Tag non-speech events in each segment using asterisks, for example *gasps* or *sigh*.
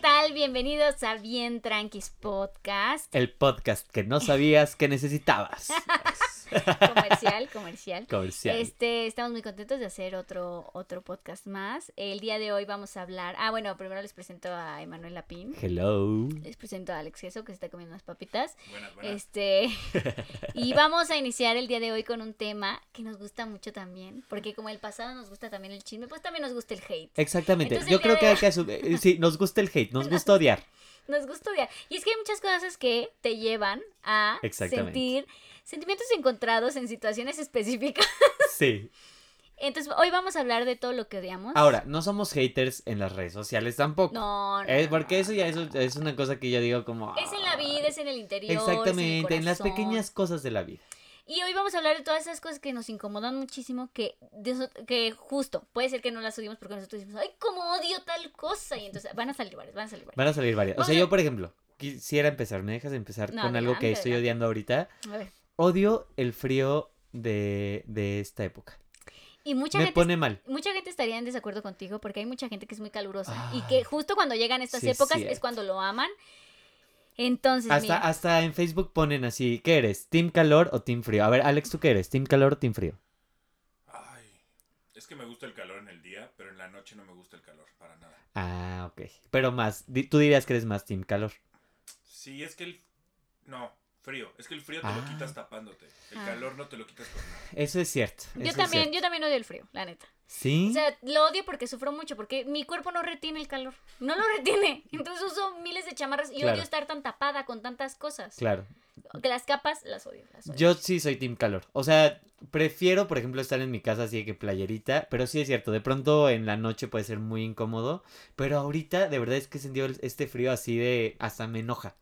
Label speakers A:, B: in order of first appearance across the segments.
A: tal? Bienvenidos a Bien Tranquis Podcast.
B: El podcast que no sabías que
A: *laughs*
B: necesitabas.
A: comercial, comercial.
B: Comercial.
A: Este, estamos muy contentos de hacer otro, otro podcast más. El día de hoy vamos a hablar. Ah, bueno, primero les presento a Emanuel Lapín.
B: Hello.
A: Les presento a Alex Gesso, que se está comiendo unas papitas.
C: Buenas, buenas.
A: Este, y vamos a iniciar el día de hoy con un tema que nos gusta mucho también. Porque como el pasado nos gusta también el chisme, pues también nos gusta el hate.
B: Exactamente.
A: Entonces,
B: Yo
A: el
B: creo
A: día
B: que
A: de
B: hay que asumir. eh, Sí, nos gusta el hate, nos gusta odiar.
A: Nos gusta odiar. Y es que hay muchas cosas que te llevan a
B: Exactamente.
A: sentir sentimientos encontrados en situaciones *laughs* específicas.
B: Sí.
A: Entonces, hoy vamos a hablar de todo lo que odiamos.
B: Ahora, no somos haters en las redes sociales tampoco.
A: no, no,
B: Eh,
A: no,
B: porque
A: no.
B: eso ya es, es una cosa que yo digo como. "Ah,
A: Es en la vida, es en el interior. es en el
B: Exactamente, en las
A: corazón.
B: pequeñas cosas de la vida.
A: Y hoy vamos a hablar de todas esas cosas que nos incomodan muchísimo, que, de eso- que justo, puede ser que no las odiemos porque nosotros decimos, ay, cómo odio tal cosa. Y entonces van a salir varias, van a salir varias.
B: Van a salir varias. O
A: Vamos
B: sea,
A: a-
B: yo, por ejemplo, quisiera empezar. ¿Me dejas empezar
A: No,
B: con algo que
A: adelante,
B: estoy
A: adelante.
B: odiando ahorita?
A: A ver.
B: Odio el frío de, de esta época.
A: Y mucha
B: Me
A: gente...
B: pone mal.
A: Mucha gente estaría en desacuerdo contigo porque hay mucha gente que es muy calurosa y
B: Ay,
A: que justo cuando llegan estas
B: sí es
A: épocas es
B: cierto.
A: cuando lo aman. Entonces,
B: Hasta,
A: mira,
B: hasta en Facebook ponen así, ¿qué eres? ¿Team calor o team frío? A ver, Alex, ¿tú qué eres? ¿Team calor o team frío?
C: Ay, es que me gusta el calor en el día, pero en la noche no me gusta el calor, para nada.
B: Ah, ok. Pero más, di- tú dirías que eres más team calor.
C: Sí, es que el... No, frío. Es que el frío te
B: Ah.
C: lo quitas tapándote. El
A: Ah.
C: calor no te lo quitas con nada.
B: Eso es cierto.
A: yo
B: eso es
A: también,
B: cierto.
A: yo también odio el frío, la neta.
B: ¿Sí?
A: O sea, lo odio porque sufro mucho, porque mi cuerpo no retiene el calor. No lo *laughs* retiene. Entonces uso miles de chamarras y
B: Claro.
A: odio estar tan tapada con tantas cosas.
B: Claro.
A: Que las capas las odio. Las odio.
B: Yo sí soy team calor. O sea, prefiero, por ejemplo, estar en mi casa así de que playerita. Pero sí es cierto, de pronto en la noche puede ser muy incómodo. Pero ahorita, de verdad es que he sentido el- este frío así de... Hasta me enoja.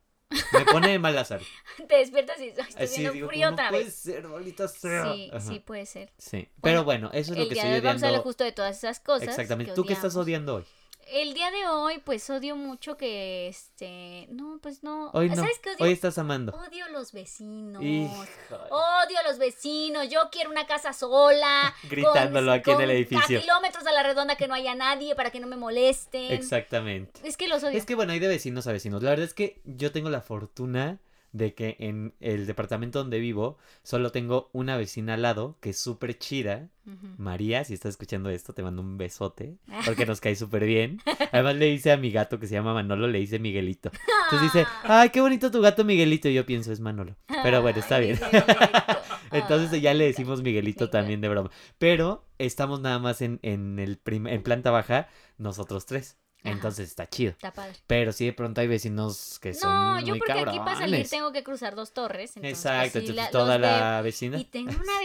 B: Me pone de mal azar.
A: Te despiertas y ay, *laughs* estoy
B: Así
A: haciendo
B: digo,
A: frío
B: como,
A: otra
B: no puede
A: vez.
B: ser, maldita sea.
A: Sí,
B: Ajá.
A: sí puede ser.
B: Sí, pero bueno, eso es lo
A: El
B: que
A: día
B: estoy
A: de hoy
B: odiando.
A: vamos a hablar justo de todas esas cosas.
B: Exactamente. ¿Tú qué estás
A: odiamos.
B: odiando hoy?
A: El día de hoy, pues odio mucho que este. No, pues no.
B: Hoy no.
A: ¿Sabes qué odio? Oh,
B: Hoy estás amando.
A: Odio a los vecinos.
B: Híjole.
A: Odio a los vecinos, yo quiero una casa sola.
B: *laughs* Gritándolo aquí en el edificio.
A: A kilómetros a la redonda que no haya nadie para que no me molesten.
B: Exactamente.
A: Es que los odio.
B: Es que bueno, hay de vecinos a vecinos. La verdad es que yo tengo la fortuna de que en el departamento donde vivo solo tengo una vecina al lado que es súper chida.
A: Ujú.
B: María, si estás escuchando esto, te mando
A: *laughs*
B: un besote porque nos cae súper bien. Además le dice a mi gato que se llama Manolo, le dice Miguelito. Entonces
A: *laughs*
B: dice, ay, qué bonito tu gato Miguelito. Y yo pienso, es Manolo. Pero bueno,
A: *laughs*
B: está
A: Ay, Ah,
B: bien.
A: sí, Miguelito.
B: *laughs* Entonces ya le decimos Miguelito
A: Miguel.
B: también de broma. Pero estamos nada más en, en, el prim- en planta baja nosotros tres.
A: Ajá.
B: Entonces está chido.
A: Está padre.
B: Pero sí, de pronto hay vecinos que son
A: No,
B: muy
A: yo porque aquí para salir
B: cabrones.
A: tengo que cruzar dos torres. entonces,
B: Exacto,
A: así
B: entonces
A: la-
B: toda
A: los veo.
B: la vecina.
A: Y tengo
B: *laughs*
A: una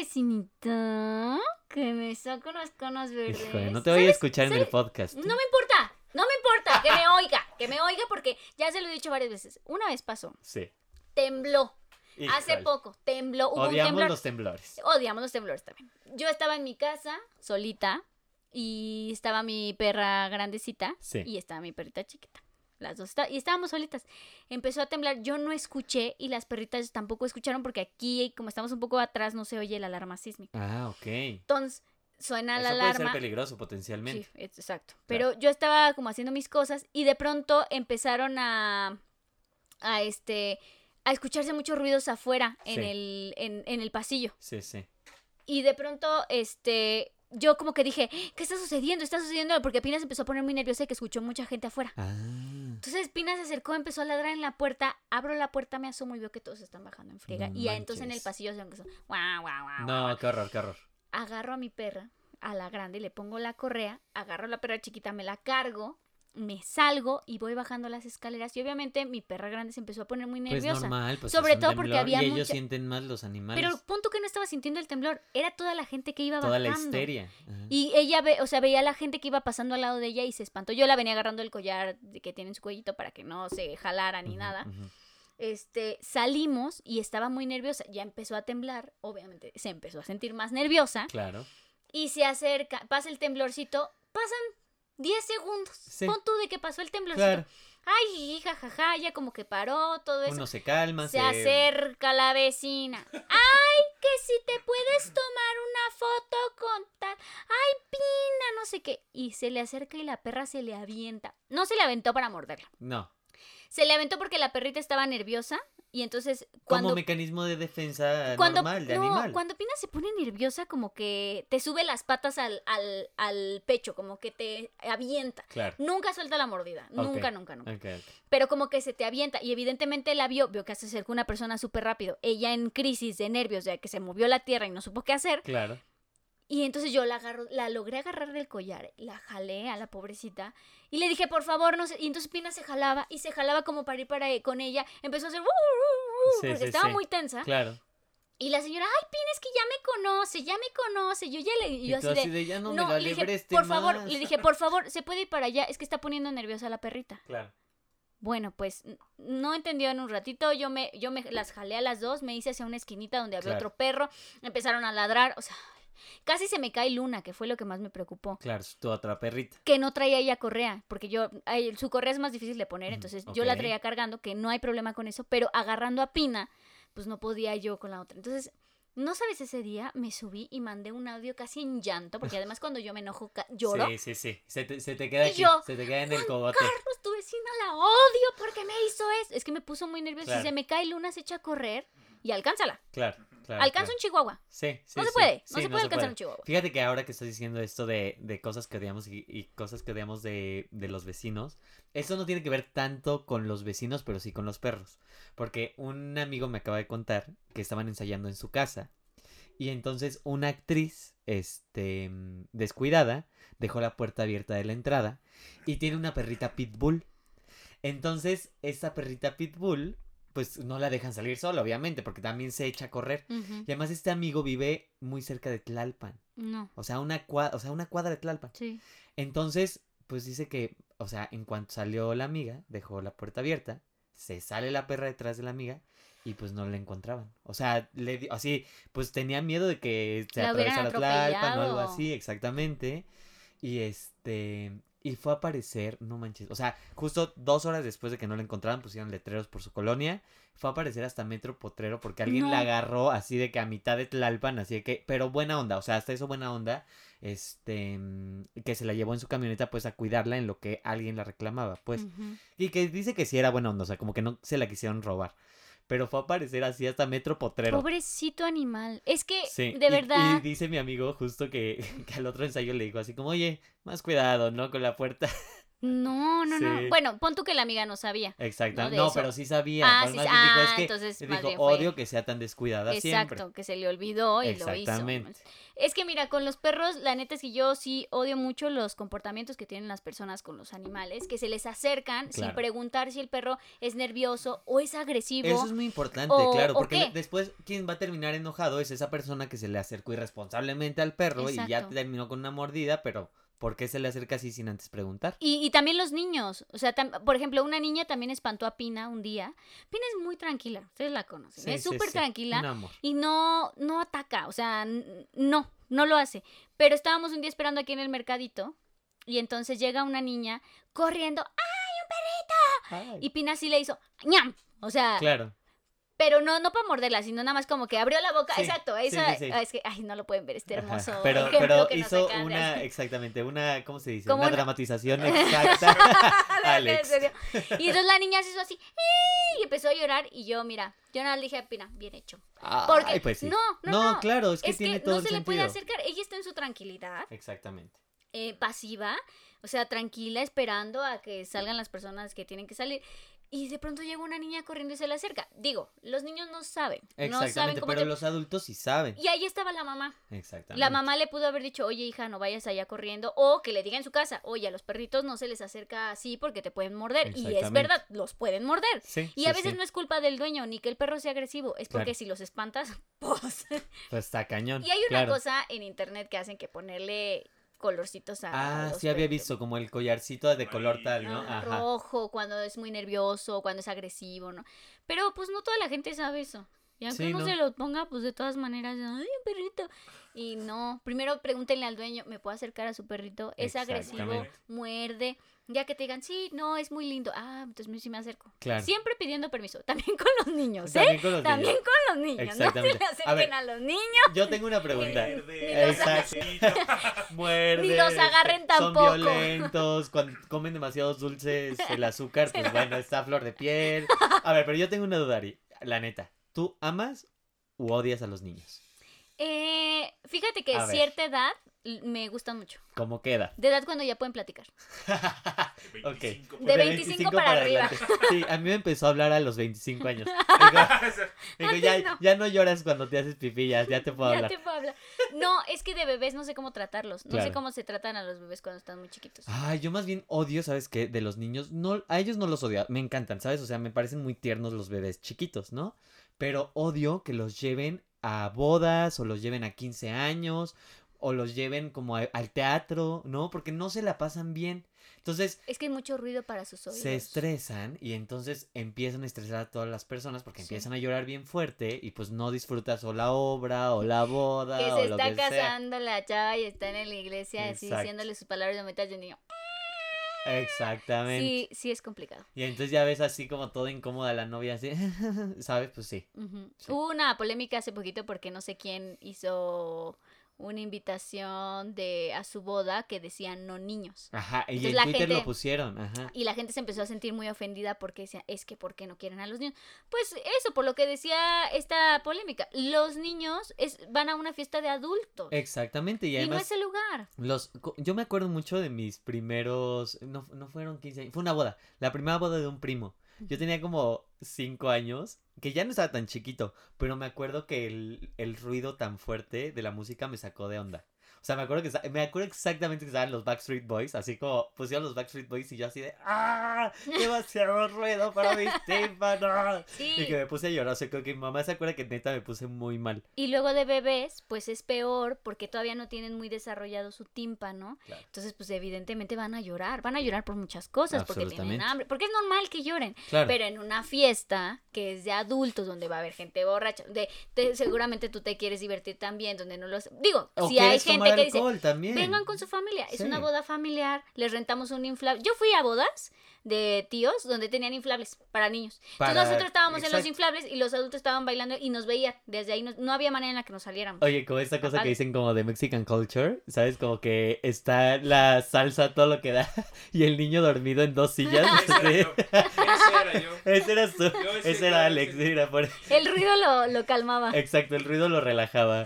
A: vecinita que me saca unos conos verdes.
B: Híjole, no te voy a
A: ¿Sabes?
B: escuchar en el podcast.
A: No me importa, no me importa, que me oiga, que me oiga porque ya se lo he dicho varias veces. Una vez pasó,
B: Sí.
A: tembló, hace
B: Híjole.
A: poco, tembló, hubo
B: Odiamos
A: un temblor.
B: los temblores.
A: Odiamos los temblores también. Yo estaba en mi casa, solita, y estaba mi perra grandecita
B: Sí.
A: y estaba mi perrita chiquita. Las dos esta- y estábamos solitas. Empezó a temblar, yo no escuché y las perritas tampoco escucharon porque aquí, como estamos un poco atrás, no se oye la alarma sísmica.
B: Ah, ok.
A: Entonces, suena la
B: Eso puede ser
A: alarma.
B: peligroso potencialmente.
A: Sí, ex- exacto. Pero yo estaba como haciendo mis cosas y de pronto empezaron a, a este, a escucharse muchos ruidos afuera en
B: Sí.
A: el, en, en el pasillo.
B: Sí, sí.
A: Y de pronto, este, yo como que dije, ¿qué está sucediendo? Está sucediendo porque Pinas empezó a poner muy nerviosa y que escuchó mucha gente afuera.
B: Ah.
A: Entonces Pinas se acercó, empezó a ladrar en la puerta, abro la puerta, me asomo y veo que todos están bajando en friega.
B: No
A: y ya entonces en el
B: manches.
A: pasillo se empezó, guau, guau, guau, Ah, guau,
B: No, qué horror, qué horror.
A: agarro a mi perra, a la grande, le pongo la correa, agarro a la perra chiquita, me la cargo, me salgo y voy bajando las escaleras. Y obviamente mi perra grande se empezó a poner muy
B: Pues
A: nerviosa.
B: normal, pues
A: Sobre
B: es un
A: todo porque
B: temblor
A: había
B: y ellos
A: mucha-
B: sienten más los animales.
A: pero punto que no estaba sintiendo el temblor, era toda la gente que iba
B: toda la
A: bajando.
B: histeria. Ajá.
A: Y ella, ve, o sea, veía a la gente que iba pasando al lado de ella y se espantó. Yo la venía agarrando el collar de que tiene en su cuellito para que no se jalara ni
B: Ujú,
A: nada.
B: ujú.
A: Este, salimos y estaba muy nerviosa. Ya empezó a temblar, obviamente se empezó a sentir más nerviosa.
B: Claro.
A: y se acerca, pasa el temblorcito, pasan 10 segundos.
B: Sí.
A: Pon tú de que pasó el temblorcito.
B: Claro.
A: ay, jajaja, ya como que paró todo eso.
B: Uno se calma,
A: se acerca la vecina. Ay, que si te puedes tomar una foto con tal. Ay, pina, no sé qué. Y se le acerca y la perra se le avienta. No se le aventó para morderla.
B: No.
A: Se le aventó porque la perrita estaba nerviosa y entonces cuando
B: Como mecanismo de defensa
A: cuando,
B: normal, de
A: no,
B: animal.
A: cuando Pina se pone nerviosa, como que te sube las patas al, al, al pecho, como que te avienta.
B: Claro.
A: Nunca suelta la mordida, nunca, nunca, nunca.
B: Ok, ok.
A: Pero como que se te avienta y evidentemente la vio, vio que se acercó una persona súper rápido. Ella en crisis de nervios, ya que se movió la tierra y no supo qué hacer.
B: Claro.
A: Y entonces yo la agarro, la logré agarrar del collar, la jalé a la pobrecita y le dije, por favor, no sé. Y entonces Pina se jalaba y se jalaba como para ir para eh, con ella. Empezó a hacer, "Uh, uh, uh",
B: Sí,
A: porque
B: sí,
A: estaba
B: sí.
A: muy tensa.
B: Claro.
A: Y la señora, ay, Pina, es que ya me conoce, ya me conoce. Yo ya le. y
B: Y
A: yo
B: tú
A: así de,
B: ya no,
A: no,
B: me la
A: le dije,
B: libreste
A: por favor,
B: más".
A: le dije, por favor, se puede ir para allá, es que está poniendo nerviosa a la perrita.
B: Claro.
A: Bueno, pues n- no entendió en un ratito, yo me, yo me las jalé a las dos, me hice hacia una esquinita donde había
B: Claro.
A: otro perro, empezaron a ladrar, o sea, casi se me cae Luna, que fue lo que más me preocupó.
B: Claro, es tu otra perrita.
A: Que no traía ella correa, porque yo, ay, su correa es más difícil de poner,
B: Ujú,
A: entonces yo la
B: ok.
A: traía cargando, que no hay problema con eso, pero agarrando a Pina, pues no podía yo con la otra. Entonces, no sabes, ese día me subí y mandé un audio casi en llanto, porque además cuando yo me enojo ca- lloro.
B: Sí, sí, sí. Se te, se te queda
A: Y
B: aquí.
A: yo, "Oh
B: se te queda en el
A: "Juan
B: cogote.
A: Carlos, tu vecina la odio porque me hizo eso. Es que me puso muy nerviosa.
B: Claro.
A: Si se me cae Luna, se echa a correr y alcánzala.
B: Claro, claro.
A: Alcanza
B: claro.
A: un chihuahua.
B: Sí, sí,
A: no se
B: sí.
A: puede. No
B: Sí,
A: se puede alcanzar un chihuahua.
B: Fíjate que ahora que estás diciendo esto de, de cosas que odiamos y, y cosas que odiamos de, de los vecinos, eso no tiene que ver tanto con los vecinos, pero sí con los perros. Porque un amigo me acaba de contar que estaban ensayando en su casa y entonces una actriz, este, mm, descuidada, dejó la puerta abierta de la entrada y tiene una perrita pitbull. Entonces, esta perrita pitbull, pues no la dejan salir sola, obviamente, porque también se echa a correr.
A: Ujú.
B: Y además este amigo vive muy cerca de Tlalpan.
A: No.
B: O sea, una cuadra, o sea, una cuadra de Tlalpan.
A: Sí.
B: Entonces, pues dice que, o sea, en cuanto salió la amiga, dejó la puerta abierta, se sale la perra detrás de la amiga y pues no la encontraban. O sea, le di- así, pues tenía miedo de que se
A: La hubieran
B: atravesara Tlalpan o algo
A: atropellado.
B: así, exactamente. Y este, y fue a aparecer, no manches, o sea, justo dos horas después de que no la encontraban, pusieron letreros por su colonia, fue a aparecer hasta Metro Potrero porque alguien
A: No.
B: la agarró así de que a mitad de Tlalpan, así de que, pero buena onda, o sea, hasta eso buena onda este mm, que se la llevó en su camioneta pues a cuidarla en lo que alguien la reclamaba pues
A: Ujú.
B: y que dice que sí era buena onda o sea como que no se la quisieron robar pero fue a aparecer así hasta Metro Potrero
A: Pobrecito animal. Es que,
B: Sí,
A: de
B: y- Y,
A: verdad.
B: dice mi amigo justo que, *laughs* que al otro ensayo le dijo así como, oye, más cuidado, ¿no? Con la puerta. *laughs*
A: No, no, no.
B: Sí.
A: Bueno, pon tú que la amiga no sabía.
B: Exacto.
A: No,
B: No,
A: de eso.
B: pero sí sabía.
A: Ah,
B: más-
A: sí,
B: más bien
A: ah,
B: dijo, es que-
A: entonces más
B: dijo,
A: bien fue-
B: odio que sea tan descuidada
A: Exacto,
B: siempre.
A: que se le olvidó y lo hizo.
B: Exactamente.
A: Es que mira, con los perros, la neta es que yo sí odio mucho los comportamientos que tienen las personas con los animales, que se les acercan sin
B: Claro.
A: preguntar si el perro es nervioso o es agresivo.
B: Eso es muy importante,
A: o-
B: claro,
A: o
B: porque
A: qué.
B: después quien va a terminar enojado es esa persona que se le acercó irresponsablemente al perro y ya
A: Exacto.
B: terminó con una mordida, pero ¿por qué se le acerca así sin antes preguntar?
A: Y, y también los niños. O sea, tam- por ejemplo, una niña también espantó a Pina un día. Pina es muy tranquila, ustedes la conocen.
B: Sí,
A: es
B: sí,
A: súper
B: sí,
A: tranquila.
B: Un amor.
A: y no, no ataca, o sea, n- no, no lo hace. Pero estábamos un día esperando aquí en el mercadito y entonces llega una niña corriendo ¡ah!
B: Ay,
A: y Pina sí le hizo ñam, o sea,
B: claro.
A: pero no, no para morderla, sino nada más como que abrió la boca,
B: Sí,
A: exacto,
B: sí,
A: esa,
B: sí, sí.
A: ah, es que, ay, no lo pueden ver, este
B: Ajá.
A: hermoso
B: Pero,
A: ejemplo
B: pero
A: que nos
B: hizo
A: acaban de
B: una, *laughs*
A: hacer. *laughs*
B: exactamente, una, ¿cómo se dice?
A: Como
B: Una
A: una- *laughs*
B: dramatización exacta. *laughs* Alex.
A: Y entonces la niña se hizo así "Eh", y empezó a llorar y yo, mira, yo nada más le dije a Pina, bien hecho. Porque
B: Ay, pues sí.
A: no, no, no,
B: claro, es que
A: es que
B: tiene
A: no
B: todo
A: se
B: el
A: le puede
B: sentido.
A: acercar, ella está en su tranquilidad.
B: Exactamente.
A: eh, pasiva, o sea, tranquila, esperando a que salgan las personas que tienen que salir. Y de pronto llega una niña corriendo y se le acerca. Digo, los niños no saben. No saben
B: Exactamente,
A: cómo.
B: pero
A: te-
B: los adultos sí saben.
A: Y ahí estaba la mamá.
B: Exactamente.
A: La mamá le pudo haber dicho, oye, hija, no vayas allá corriendo. O que le diga en su casa, oye, a los perritos no se les acerca así porque te pueden morder. Y es
B: Exactamente.
A: verdad, los pueden morder.
B: Sí,
A: Y
B: sí,
A: a veces
B: sí.
A: no es culpa del dueño ni que el perro sea agresivo. Es porque
B: Claro.
A: si los espantas, *laughs*
B: *laughs*
A: pues.
B: Pues está cañón.
A: y hay una
B: claro.
A: cosa en internet que hacen que ponerle colorcitos a. a
B: Ah,
A: los
B: sí había
A: perritos.
B: visto como el collarcito de color tal, ¿no?
A: Ajá,
B: Ajá.
A: rojo, cuando es muy nervioso, cuando es agresivo, ¿no? Pero pues no toda la gente sabe eso. Y aunque
B: Sí,
A: uno
B: ¿no?
A: se lo ponga, pues de todas maneras, ay, perrito. Y no, primero pregúntenle al dueño, ¿me puedo acercar a su perrito? Es agresivo,
B: Exactamente.
A: muerde. Ya que te digan, sí, no, es muy lindo. Ah, entonces me- sí me acerco.
B: Claro.
A: Siempre pidiendo permiso, también *laughs* con los niños, ¿eh?
B: También con los
A: También
B: niños.
A: con los niños, no *laughs* se le
B: Exactamente. A
A: acerquen a,
B: ver.
A: los niños,
B: Yo tengo una pregunta.
C: Verde,
B: Exacto.
A: *laughs*
B: Muerde.
A: Ni los agarren tampoco.
B: Son violentos, cuando comen
A: *laughs*
B: demasiados dulces, el azúcar, pues bueno, está a flor de piel. A ver, pero yo tengo una duda, Ari. La neta, ¿tú amas u odias a los niños?
A: Eh, fíjate que
B: A ver.
A: cierta edad l- me gustan mucho.
B: ¿Cómo queda?
A: De edad cuando ya pueden platicar.
C: pues,
B: Ok.
C: 25
A: De 25 para arriba.
B: adelante. Sí, a mí me empezó a hablar a los
A: *laughs*
B: 25 años. Digo,
C: *laughs*
B: digo,
A: Antes
B: ya,
A: no.
B: ya no lloras cuando te haces pipí, ya, ya te puedo
A: Ya
B: hablar.
A: te puedo hablar. No, es que de bebés no sé cómo tratarlos. No sé
B: Claro. Ah.
A: cómo se tratan a los bebés cuando están muy chiquitos.
B: Ay, yo más bien odio, ¿sabes qué? De los niños, no, a ellos no los odio, me encantan, ¿sabes? O sea, me parecen muy tiernos los bebés chiquitos, ¿no? Pero odio que los lleven a bodas o los lleven a 15 años o los lleven como a- al teatro, ¿no? Porque no se la pasan bien. Entonces
A: Es que hay mucho ruido para sus oídos.
B: se estresan y entonces empiezan a estresar a todas las personas porque
A: Sí.
B: empiezan a llorar bien fuerte y pues no disfrutas o la obra o la boda
A: Que
B: o
A: se
B: lo
A: está
B: que sea.
A: casando la chava y está en la iglesia así
B: Exacto.
A: diciéndole sus palabras de metal y un niño.
B: Exactamente.
A: Sí, sí es complicado.
B: Y entonces ya ves así como toda incómoda la novia, así, *laughs* ¿sabes? Pues sí.
A: Ujú.
B: Sí.
A: Hubo una polémica hace poquito porque no sé quién hizo una invitación de a su boda que decía no niños.
B: Ajá, y
A: Entonces
B: en
A: la
B: Twitter
A: gente-
B: lo pusieron, ajá.
A: Y la gente se empezó a sentir muy ofendida porque decía, es que ¿por qué no quieren a los niños? Pues eso, por lo que decía esta polémica. Los niños es- van a una fiesta de adultos.
B: Exactamente, Eh, y
A: y no
B: además...
A: es el
B: *laughs*
A: lugar.
B: Los, co- yo me acuerdo mucho de mis primeros, no, no fueron 15 años, fue una boda, la primera boda de un primo. Yo tenía como 5 años, que ya no estaba tan chiquito, pero me acuerdo que el, el ruido tan fuerte de la música me sacó de onda. O sea, me acuerdo que esta- me acuerdo exactamente que estaban los Backstreet Boys, así como pusieron los Backstreet Boys y yo así de ¡Ah! Demasiado ruido para mis
A: *laughs*
B: tímpanos.
A: Sí.
B: Y que me puse a llorar, o sea, creo que mi mamá se acuerda que neta me puse muy mal.
A: Y luego de bebés, pues es peor porque todavía no tienen muy desarrollado su tímpano.
B: Claro.
A: Entonces, pues evidentemente van a llorar, van a llorar por muchas cosas, porque tienen
B: Absolutamente.
A: hambre, porque es normal que lloren.
B: Claro.
A: Pero en una fiesta que es de adultos, donde va a haber gente borracha, donde te- seguramente tú te quieres divertir también, donde no los... Digo,
B: O
A: si hay
B: quieres tomar
A: gente que dice,
B: alcohol también.
A: vengan con su familia, es
B: Sí.
A: una boda familiar, les rentamos un inflable. Yo fui a bodas de tíos donde tenían inflables para niños.
B: Para-
A: Entonces nosotros estábamos en los
B: Exacto.
A: inflables y los adultos estaban bailando y nos veían. Desde ahí no, no había manera en la que nos saliéramos.
B: Oye, como esta cosa
A: Aparte-
B: que dicen como de Mexican culture, ¿sabes? Como que está la salsa, todo lo que da, *laughs* y el niño dormido en dos
A: *laughs*
B: sillas. *laughs*
C: Ese era
B: ¿sí?
C: yo. Ese era yo.
B: Ese era su,
C: Yo ese
B: ese
C: era
B: era Alex,
C: ese.
B: mira, por-
A: El ruido lo, lo calmaba.
B: exacto, el ruido lo relajaba.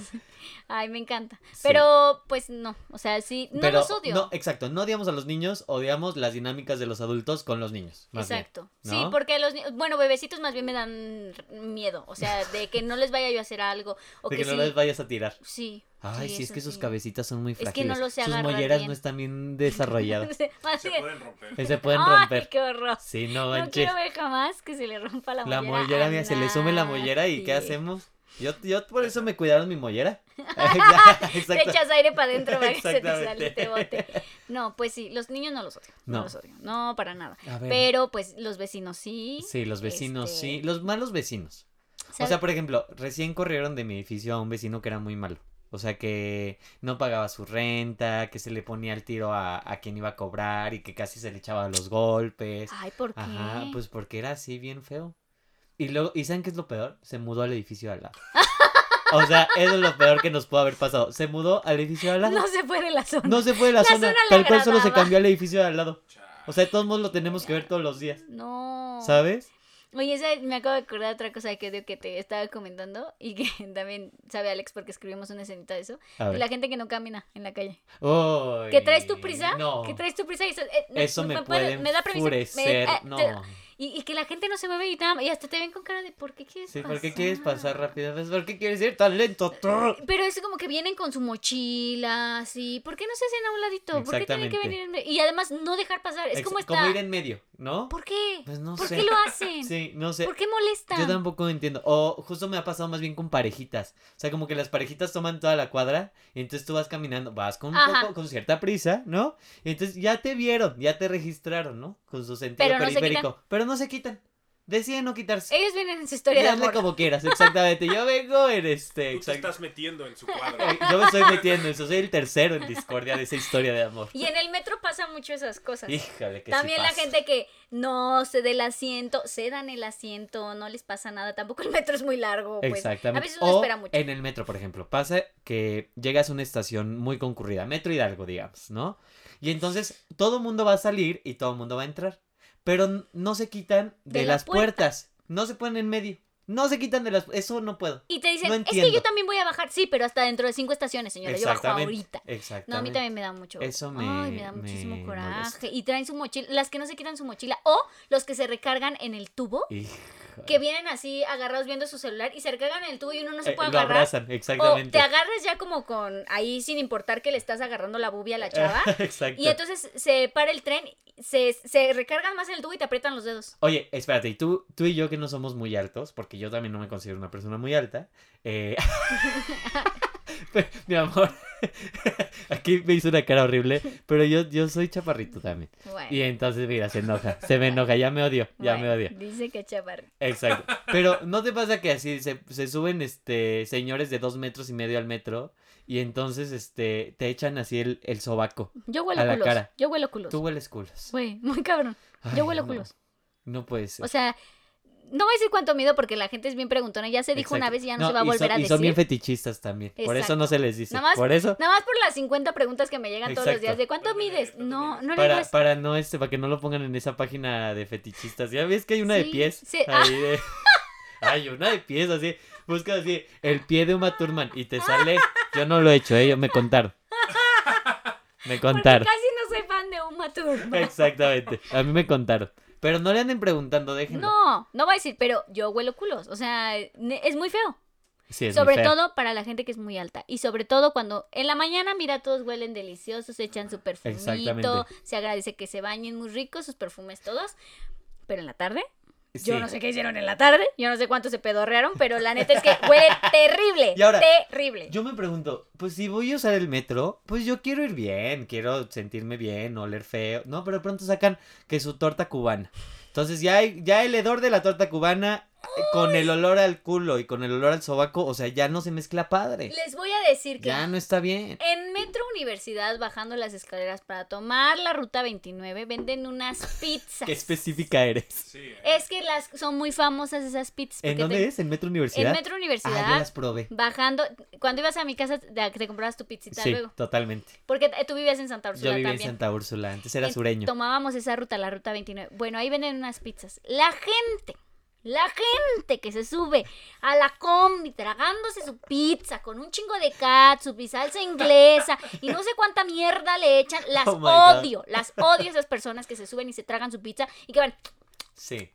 A: Ay, me encanta.
B: Sí.
A: Pero, pues no, o sea, sí, no
B: Pero
A: los odio.
B: No, exacto, no odiamos a los niños, odiamos las dinámicas de los adultos con los niños. más bien.
A: Exacto.
B: ¿no?
A: Sí, porque los ni- bueno, bebecitos más bien me dan miedo, o sea, de que no les vaya yo a hacer algo o
B: De
A: que,
B: que
A: sí.
B: no les vayas a tirar.
A: Sí.
B: Ay, sí, es que
A: eso
B: sus
A: sí.
B: cabecitas son muy
A: que no
B: frágiles.
A: los sé
B: sus
A: agarrar
B: molleras
A: bien.
B: no
A: *laughs*
B: están bien desarrolladas. Eh,
A: Más
C: Se
A: bien-
C: pueden romper.
B: Se pueden
A: Ay,
B: romper.
A: qué horror.
B: Sí, no
A: No
B: manches.
A: quiero ver jamás que se le rompa la mollera.
B: La mollera,
A: a
B: mira, se le sume la mollera y ¿qué
A: nadie.
B: hacemos? Yo, yo por eso me cuidaron
A: *laughs*
B: mi mollera. *laughs* Exacto.
A: Te echas aire para
B: *laughs*
A: adentro para que se te salga y te
B: Exactamente.
A: bote.
B: *laughs*
A: No, pues sí, los niños no los odio. No,
B: No.
A: los odio. No, para nada.
B: A ver,
A: Pero pues los vecinos sí.
B: sí, los vecinos,
A: este,
B: sí. Los malos vecinos. O
A: ¿sabes?
B: sea, por ejemplo, recién corrieron de mi edificio a un vecino que era muy malo. O sea, que no pagaba su renta, que se le ponía el tiro a, a quien iba a cobrar y que casi se le echaba los golpes.
A: Ay, ¿por qué?
B: Ajá, pues porque era así bien feo. Y luego, ¿y saben qué es lo peor? Se mudó al edificio de al
A: *laughs*
B: lado. O sea, eso es lo peor que nos pudo haber pasado. Se mudó al edificio de al
A: *laughs*
B: lado.
A: No se fue de la zona.
B: No se fue de la,
A: La
B: zona.
A: zona le
B: Tal cual solo se
A: agradaba.
B: cambió al edificio de al lado. O sea, de todos modos lo tenemos que ver todos los días.
A: No.
B: ¿Sabes?
A: Oye, ¿sabes? me acabo de acordar otra cosa que, odio que te estaba comentando y que *laughs* también sabe Alex porque escribimos una escenita de eso.
B: A
A: De la
B: ver.
A: gente que no camina en la calle.
B: Uy,
A: Que traes tu prisa.
B: No.
A: Que traes tu prisa y eso, eh, no,
B: Eso
A: no
B: me,
A: puede-
B: puede,
A: me da permiso, me-
B: enfurecer.
A: ah, te-
B: no.
A: Y, y que la gente no se mueve y, nada, y hasta te ven con cara de ¿por qué quieres
B: Sí,
A: pasar?
B: ¿por qué quieres pasar rápido? ¿Ves? ¿Por qué quieres ir tan lento? tú?
A: Pero es como que vienen con su mochila, así. ¿Por qué no se hacen a un ladito? ¿Por qué tienen que
B: Exactamente.
A: venir? en medio? Y además no dejar pasar. Es
B: Ex-
A: como está.
B: como ir en medio, ¿no?
A: ¿Por qué?
B: Pues no
A: ¿Por
B: sé.
A: qué lo hacen?
B: Sí, no sé.
A: ¿Por qué molestan?
B: Yo tampoco entiendo. O justo me ha pasado más bien con parejitas. O sea, como que las parejitas toman toda la cuadra y entonces tú vas caminando, vas con un
A: Ajá.
B: poco, con cierta prisa, ¿no? Y entonces ya te vieron, ya te registraron, ¿no? Con su sentido
A: Pero no se
B: periférico. pero no se quitan. decide no quitarse.
A: Ellos vienen en su
B: Y
A: historia de
B: hazle
A: amor.
B: como quieras, exactamente. Yo vengo en
D: Tú te
B: este. exacto.
D: estás metiendo en su cuadro.
B: Eh, Yo me estoy metiendo en eso, soy el tercero en discordia de esa historia de amor.
A: Y en el metro pasa mucho esas cosas.
B: Híjale, que sí
A: También la
B: pasa.
A: gente que no cede el asiento, cedan el asiento, no les pasa nada. Tampoco el metro es muy largo. Pues.
B: Exactamente.
A: A veces uno
B: O
A: espera mucho.
B: En el metro, por ejemplo, pasa que llegas a una estación muy concurrida, Metro Hidalgo, digamos, ¿no? Y entonces todo mundo va a salir y todo mundo va a entrar, pero n- no se quitan de,
A: De la
B: las
A: puerta.
B: puertas, no se ponen en medio, no se quitan de las, eso no puedo.
A: Y te dicen,
B: No
A: es que
B: entiendo.
A: yo también voy a bajar. Sí, pero hasta dentro de cinco estaciones, señora. Yo bajo ahorita.
B: Exactamente.
A: No, a mí también me da mucho.
B: Eso me-
A: Ay, me da
B: me
A: muchísimo coraje.
B: molesta.
A: Y traen su mochila. Las que no se quitan su mochila. O los que se recargan en el tubo.
B: Híjole.
A: Que vienen así agarrados viendo su celular y se recargan en el tubo y uno no
B: *laughs*
A: se
B: Eh,
A: puede
B: lo
A: agarrar.
B: abrazan,
A: O
B: exactamente.
A: te agarras ya como con ahí sin importar que le estás agarrando la bubia a la
B: *laughs*
A: chava.
B: Eh, Exacto.
A: Y entonces se para el tren, se, se recargan más en el tubo y te aprietan los dedos.
B: Oye, espérate, y tú, tú y yo que no somos muy altos, porque yo también no me considero una persona muy alta. eh, *laughs* pero, Mi amor, *laughs* aquí me hizo una cara horrible, pero yo, yo soy chaparrito también.
A: Bueno.
B: Y entonces, mira, se enoja, se me enoja, ya me odio, ya me
A: Eh. bueno,
B: odio.
A: Dice que chavar.
B: Exacto. Pero ¿no te pasa que así se, se suben este señores de dos metros y medio al metro y entonces este te echan así el, el sobaco?
A: Yo huelo
B: A la
A: culos.
B: cara.
A: Yo huelo culos.
B: Tú hueles culos.
A: Güey, muy cabrón.
B: Ay,
A: Yo huelo
B: no,
A: culos.
B: No puede ser.
A: O sea, no voy a decir cuánto miedo porque la gente es bien preguntona. Ya se dijo una
B: Exacto.
A: vez y ya no, se va a
B: y son-
A: volver a
B: Y son bien
A: decir.
B: fetichistas también. Por eso no se les dice.
A: Nada más-
B: por eso.
A: Nada más por las 50 preguntas que me llegan todos los
B: Exacto.
A: días de ¿cuánto
C: ¿Cuánto
A: mides?
C: mides? ¿Cuánto
A: No,
C: mides?
A: no le
B: Para,
A: digas.
B: para no este, para que no lo pongan en esa página de fetichistas. Ya ves que hay una de
A: Sí,
B: pies.
A: sí. Ah.
B: Ahí de- *laughs* Hay una de pies así. Busca así el pie de Uma Thurman y te sale. Yo no lo he hecho, ellos me contaron. Me
A: Porque
B: contaron.
A: casi no soy fan de Uma Thurman.
B: *laughs* Exactamente. A mí me contaron. Pero no le anden preguntando, déjenlo.
A: No, no voy a decir, pero yo huelo culos. O sea, ne- es muy feo.
B: Sí, es muy
A: sobre
B: feo.
A: todo para la gente que es muy alta. Y sobre todo cuando en la mañana, mira, todos huelen deliciosos, se echan su perfumito,
B: Exactamente.
A: se agradece que se bañen muy ricos, sus perfumes todos. Pero en la tarde,
B: Sí.
A: yo no sé qué hicieron en la tarde, yo no sé cuánto se pedorrearon, pero la neta es que
B: *laughs*
A: huele terrible,
B: Y ahora,
A: terrible.
B: Yo me pregunto, pues si voy a usar el metro, pues yo quiero ir bien, quiero sentirme bien, no oler feo. No, pero de pronto sacan que su torta cubana. Entonces ya, hay- ya el hedor de la torta cubana eh, con el olor al culo y con el olor al sobaco, o sea, ya no se mezcla padre.
A: Les voy a decir que
B: Ya no está bien.
A: en Metro Universidad, bajando las escaleras para tomar la ruta 29, venden unas pizzas.
B: Qué específica eres.
C: Sí, ¿eh?
A: es que las son muy famosas esas pizzas.
B: ¿En
A: porque
B: dónde
A: te-
B: es? ¿En Metro
A: En
B: Universidad?
A: Metro Universidad.
B: Ah, yo las probé.
A: Bajando, cuando ibas a mi casa te, te comprabas tu pizzita
B: Sí,
A: luego.
B: totalmente.
A: Porque t- tú vivías en Santa Úrsula
B: Yo vivía en
A: también.
B: Santa Úrsula, antes era
A: En-
B: sureño.
A: Tomábamos esa ruta, la ruta 29. Bueno, ahí venden unas pizzas. La gente, la gente que se sube a la combi tragándose su pizza con un chingo de catsup y salsa inglesa y no sé cuánta mierda le echan. Las
B: Oh my God.
A: odio, las odio esas personas que se suben y se tragan su pizza y que van,
B: Sí.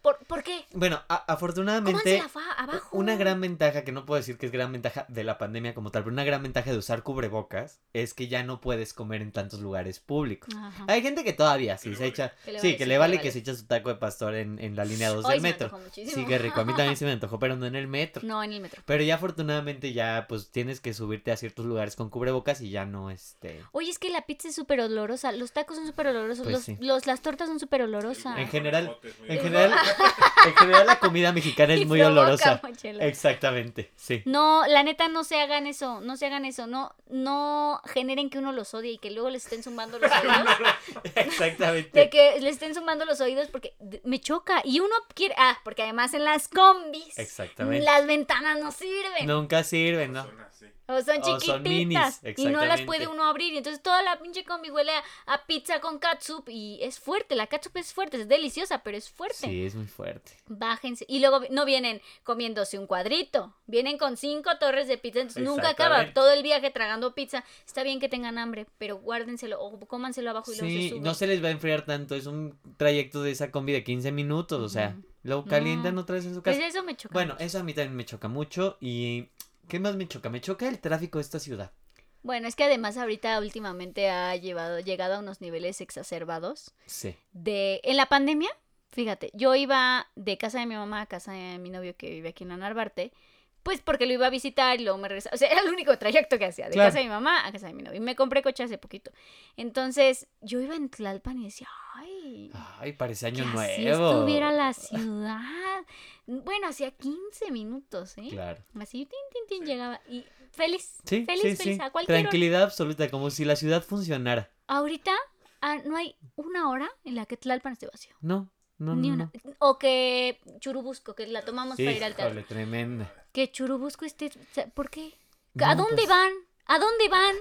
A: ¿por, por qué?
B: Bueno, a- afortunadamente...
A: Cómansela fa- abajo.
B: Una gran ventaja, que no puedo decir que es gran ventaja de la pandemia como tal, pero una gran ventaja de usar cubrebocas es que ya no puedes comer en tantos lugares públicos.
A: Ajá.
B: Hay gente que todavía sí
C: le
B: se
C: vale.
B: echa.
A: Que le
B: Sí,
A: vale, sí,
B: que le
A: que
B: vale
A: le
B: que
A: vale.
B: se echa su taco de pastor en, en la línea 2
A: Hoy
B: del
A: se me
B: metro.
A: antojó
B: Sí,
A: muchísimo.
B: que rico. A mí
A: *laughs*
B: también se me antojó, pero no en el metro.
A: No, en el metro.
B: Pero ya afortunadamente ya pues tienes que subirte a ciertos lugares con cubrebocas y ya no este.
A: Oye, es que la pizza es súper olorosa, los tacos son súper olorosos,
B: Pues
A: los,
B: sí.
A: los- las tortas son súper olorosas. *laughs*
C: El
B: En general-
C: guajolote es muy
B: En
C: bueno.
B: general, *laughs* en general la comida mexicana es
A: Y
B: muy
A: provoca *laughs*
B: olorosa.
A: mochila.
B: Exactamente, sí.
A: No, la neta no se hagan eso, no se hagan eso, no no generen que uno los odie y que luego les estén sumando los oídos,
B: *laughs*
A: de
B: Exactamente.
A: que le estén sumando los oídos porque d- me choca y uno quiere, ah, porque además en las combis
B: Exactamente.
A: las ventanas no sirven.
B: Nunca sirven, ¿no?
C: Persona, sí.
A: O son
B: O
A: chiquititas
B: son minis,
A: y no las
B: exactamente.
A: puede uno abrir. Y entonces toda la pinche combi huele a, a pizza con catsup y es fuerte. La catsup es fuerte, es deliciosa, pero es fuerte.
B: Sí, es muy fuerte.
A: Bájense. Y luego vi- no vienen comiéndose un cuadrito. Vienen con cinco torres de pizza. Entonces nunca acaba
B: Exactamente.
A: todo el viaje tragando pizza. Está bien que tengan hambre, pero guárdenselo o cómanselo abajo y luego se
B: Sí,
A: suben.
B: no se les va a enfriar tanto. Es un trayecto de esa combi de 15 minutos. O sea,
A: Ujú.
B: lo
A: No.
B: calientan otra vez en su
A: Pues
B: casa.
A: eso me choca.
B: Bueno,
A: mucho.
B: eso a mí también me choca mucho. ¿Y qué más me choca? Me choca el tráfico de esta ciudad.
A: Bueno, es que además ahorita últimamente ha llevado, llegado a unos niveles exacerbados.
B: Sí.
A: de en la pandemia, fíjate, yo iba de casa de mi mamá a casa de mi novio que vive aquí en la Narvarte Pues porque lo iba a visitar y luego me regresaba. O sea, era el único trayecto que hacía, de
B: Claro.
A: casa de mi mamá a casa de mi novio. Y me compré coche hace poquito. Entonces, yo iba en Tlalpan y decía, ay,
B: Ay, parece
A: que
B: Ah, año
A: así
B: nuevo.
A: estuviera
B: *laughs*
A: la ciudad. Bueno, hacía 15 minutos, ¿eh?
B: Claro.
A: Así, tin, tin, tin,
C: Sí.
A: llegaba. Y feliz,
B: Sí,
A: feliz,
B: sí,
A: feliz,
B: sí.
A: a cualquier hora.
B: Tranquilidad absoluta, como si la ciudad funcionara.
A: Ahorita ah, no hay una hora en la que Tlalpan esté vacío.
B: No, no,
A: Ni
B: no,
A: una.
B: no.
A: O que Churubusco, que la tomamos para ir al teatro.
B: Híjole, tremenda.
A: Que Churubusco esté. o sea, ¿Por qué?
B: No,
A: ¿A dónde
B: pues-
A: van? ¿A dónde van?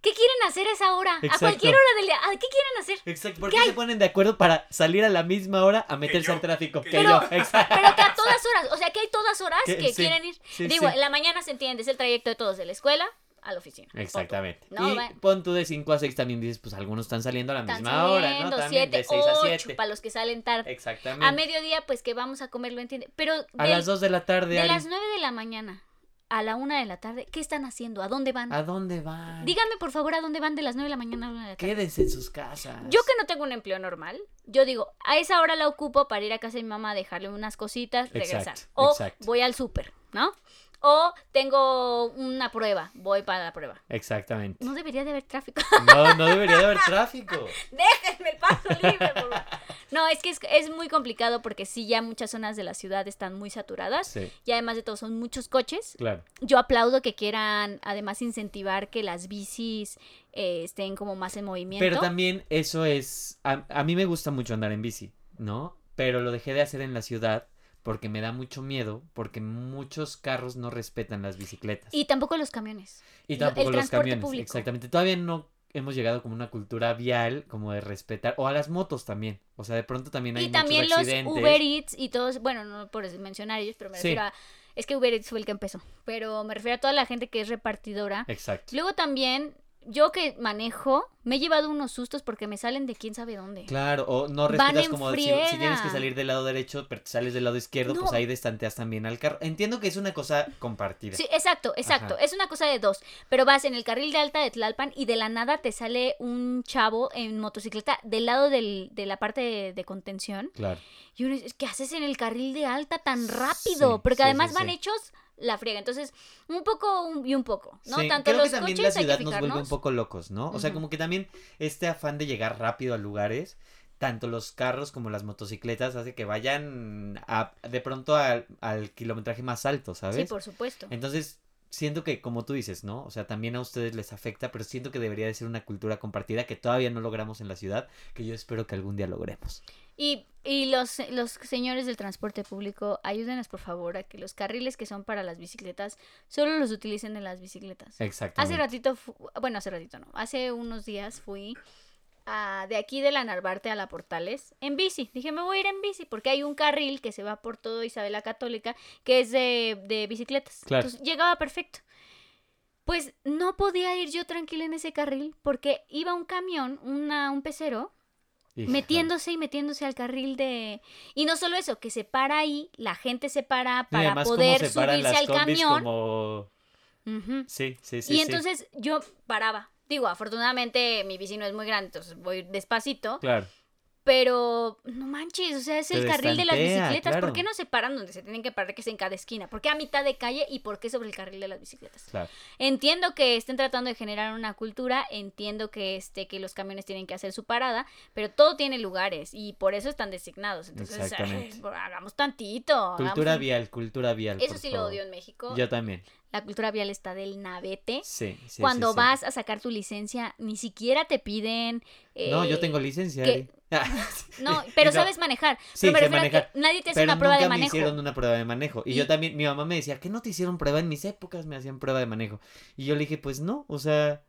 A: ¿Qué quieren hacer a esa hora? A
B: Exacto.
A: cualquier hora del día. ¿A ¿Qué quieren hacer?
B: Exacto, ¿por qué, se ponen de acuerdo para salir a la misma hora a meterse
C: yo,
B: al tráfico?
C: que
B: Que,
A: yo.
B: yo, exacto.
A: Pero que a todas horas. O sea, que hay todas horas
B: Que-
A: que
B: sí,
A: quieren ir.
B: sí,
A: Digo,
B: sí.
A: en la mañana se entiende, es el trayecto de todos, de la escuela a la oficina. Punto.
B: Exactamente.
A: No,
B: y
A: va-
B: pon tú de 5 a 6 también dices, pues algunos están saliendo a la
A: Están
B: misma hora, ¿no?
A: saliendo,
B: También
A: siete,
B: de 6 a
A: ocho,
B: 7.
A: para los que salen tarde.
B: Exactamente.
A: A mediodía, pues que vamos a comer, lo entiende. Pero
B: A
A: del-
B: las 2 de la tarde,
A: de
B: Ari.
A: las 9 de la mañana a la 1 de la tarde, ¿qué están haciendo? ¿A dónde van?
B: ¿A dónde van?
A: Díganme, por favor, ¿a dónde van de las 9 de la mañana a la 1 de la tarde?
B: Quédense en sus casas.
A: Yo que no tengo un empleo normal, yo digo, a esa hora la ocupo para ir a casa de mi mamá, dejarle unas cositas, regresar.
B: Exacto,
A: O
B: exacto.
A: voy al súper, ¿no? O tengo una prueba, voy para la prueba.
B: Exactamente.
A: No debería de haber tráfico. *laughs*
B: No, no debería de haber tráfico.
A: Déjenme el paso libre, por favor. No, es que es, es muy complicado porque sí, ya muchas zonas de la ciudad están muy saturadas.
B: Sí,
A: Y además de todo, son muchos coches.
B: claro.
A: Yo aplaudo que quieran además incentivar que las bicis eh, estén como más en movimiento.
B: Pero también eso es... A, a mí me gusta mucho andar en bici, ¿no? Pero lo dejé de hacer en la ciudad porque me da mucho miedo, porque muchos carros no respetan las bicicletas.
A: Y tampoco los camiones.
B: Y
A: Lo-
B: tampoco
A: el
B: los
A: transporte
B: camiones,
A: público.
B: exactamente. Todavía no hemos llegado como a una cultura vial, como de respetar, o a las motos también. O sea, de pronto también hay
A: Y también
B: muchos
A: los
B: accidentes.
A: Uber Eats y todos, bueno, no por mencionar ellos, pero me
B: Sí.
A: refiero a... Es que Uber Eats fue el que empezó, pero me refiero a toda la gente que es repartidora.
B: Exacto.
A: Luego también, yo que manejo, me he llevado unos sustos porque me salen de quién sabe dónde.
B: Claro, o no
A: Van
B: respetas
A: en
B: como si, si tienes que
A: friega.
B: salir del lado derecho, pero te sales del lado izquierdo, pues
A: No.
B: ahí destanteas también al carro. Entiendo que es una cosa compartida.
A: Sí, exacto, exacto.
B: Ajá.
A: Es una cosa de dos. Pero vas en el carril de alta de Tlalpan y de la nada te sale un chavo en motocicleta del lado del- de la parte de, de contención.
B: Claro.
A: Y uno dice, ¿qué haces en el carril de alta tan rápido? Porque
B: sí,
A: además
B: sí,
A: van
B: sí.
A: hechos la friega. Entonces, un poco un- y un poco, ¿no?
B: Sí,
A: Tanto
B: creo
A: los
B: que también
A: coches
B: la
A: hay que
B: ciudad nos vuelve un
A: fijarnos.
B: poco locos, ¿no? O sea,
A: Ujú.
B: como que también este afán de llegar rápido a lugares, tanto los carros como las motocicletas, hace que vayan a- de pronto al, al kilometraje más alto, ¿sabes? Eh.
A: Sí, por supuesto.
B: Entonces, siento que, como tú dices, ¿no? O sea, también a ustedes les afecta, pero siento que debería de ser una cultura compartida que todavía no logramos en la ciudad, que yo espero que algún día logremos.
A: Y, y los, los señores del transporte público, ayúdenos por favor a que los carriles que son para las bicicletas solo los utilicen en las bicicletas.
B: Exactamente.
A: Hace ratito, fu- bueno, hace ratito no, hace unos días fui a- de aquí de la Narvarte a la Portales en bici. Dije, me voy a ir en bici porque hay un carril que se va por todo Isabela Católica que es de, de bicicletas.
B: Claro.
A: Entonces llegaba perfecto. Pues no podía ir yo tranquila en ese carril porque iba un camión, una, un pecero,
B: Híjole.
A: metiéndose y metiéndose al carril de y no solo eso que se para ahí la gente se para
B: No, y
A: para
B: además, cómo
A: poder
B: separan
A: subirse
B: las
A: al
B: combis
A: camión
B: como-
A: Ujú.
B: Sí, sí, sí.
A: y
B: sí.
A: entonces yo paraba digo afortunadamente mi bici no es muy grande entonces voy despacito
B: Claro.
A: pero no manches o sea es
B: Te
A: el carril de las
B: destantea,
A: bicicletas
B: claro.
A: por qué no se paran donde se tienen que parar que es en cada esquina por qué a mitad de calle y por qué sobre el carril de las bicicletas
B: Claro.
A: Entiendo que estén tratando de generar una cultura, entiendo que este que los camiones tienen que hacer su parada, pero todo tiene lugares y por eso están designados. Entonces,
B: Exactamente.
A: ay, hagamos tantito.
B: Cultura
A: hagamos-
B: vial, cultura vial.
A: Eso
B: por
A: sí lo
B: favor.
A: odio en México.
B: Yo también.
A: La cultura vial está del navete.
B: Sí, sí, sí,
A: Cuando
B: sí.
A: vas a sacar tu licencia, ni siquiera te piden.
B: No, yo
A: eh,
B: tengo licencia.
A: que-
B: Ari. *laughs*
A: No, pero
B: No.
A: sabes manejar.
B: Sí,
A: pero me
B: sé
A: refiero a que
B: manejar,
A: nadie te hace
B: *laughs* Pero
A: una prueba
B: nunca
A: de
B: me
A: manejo.
B: hicieron una prueba de manejo. Y,
A: Y-
B: yo también, mi mamá me decía, ¿que no te hicieron prueba? En mis épocas me hacían prueba de manejo. Y yo le dije, pues no, o sea...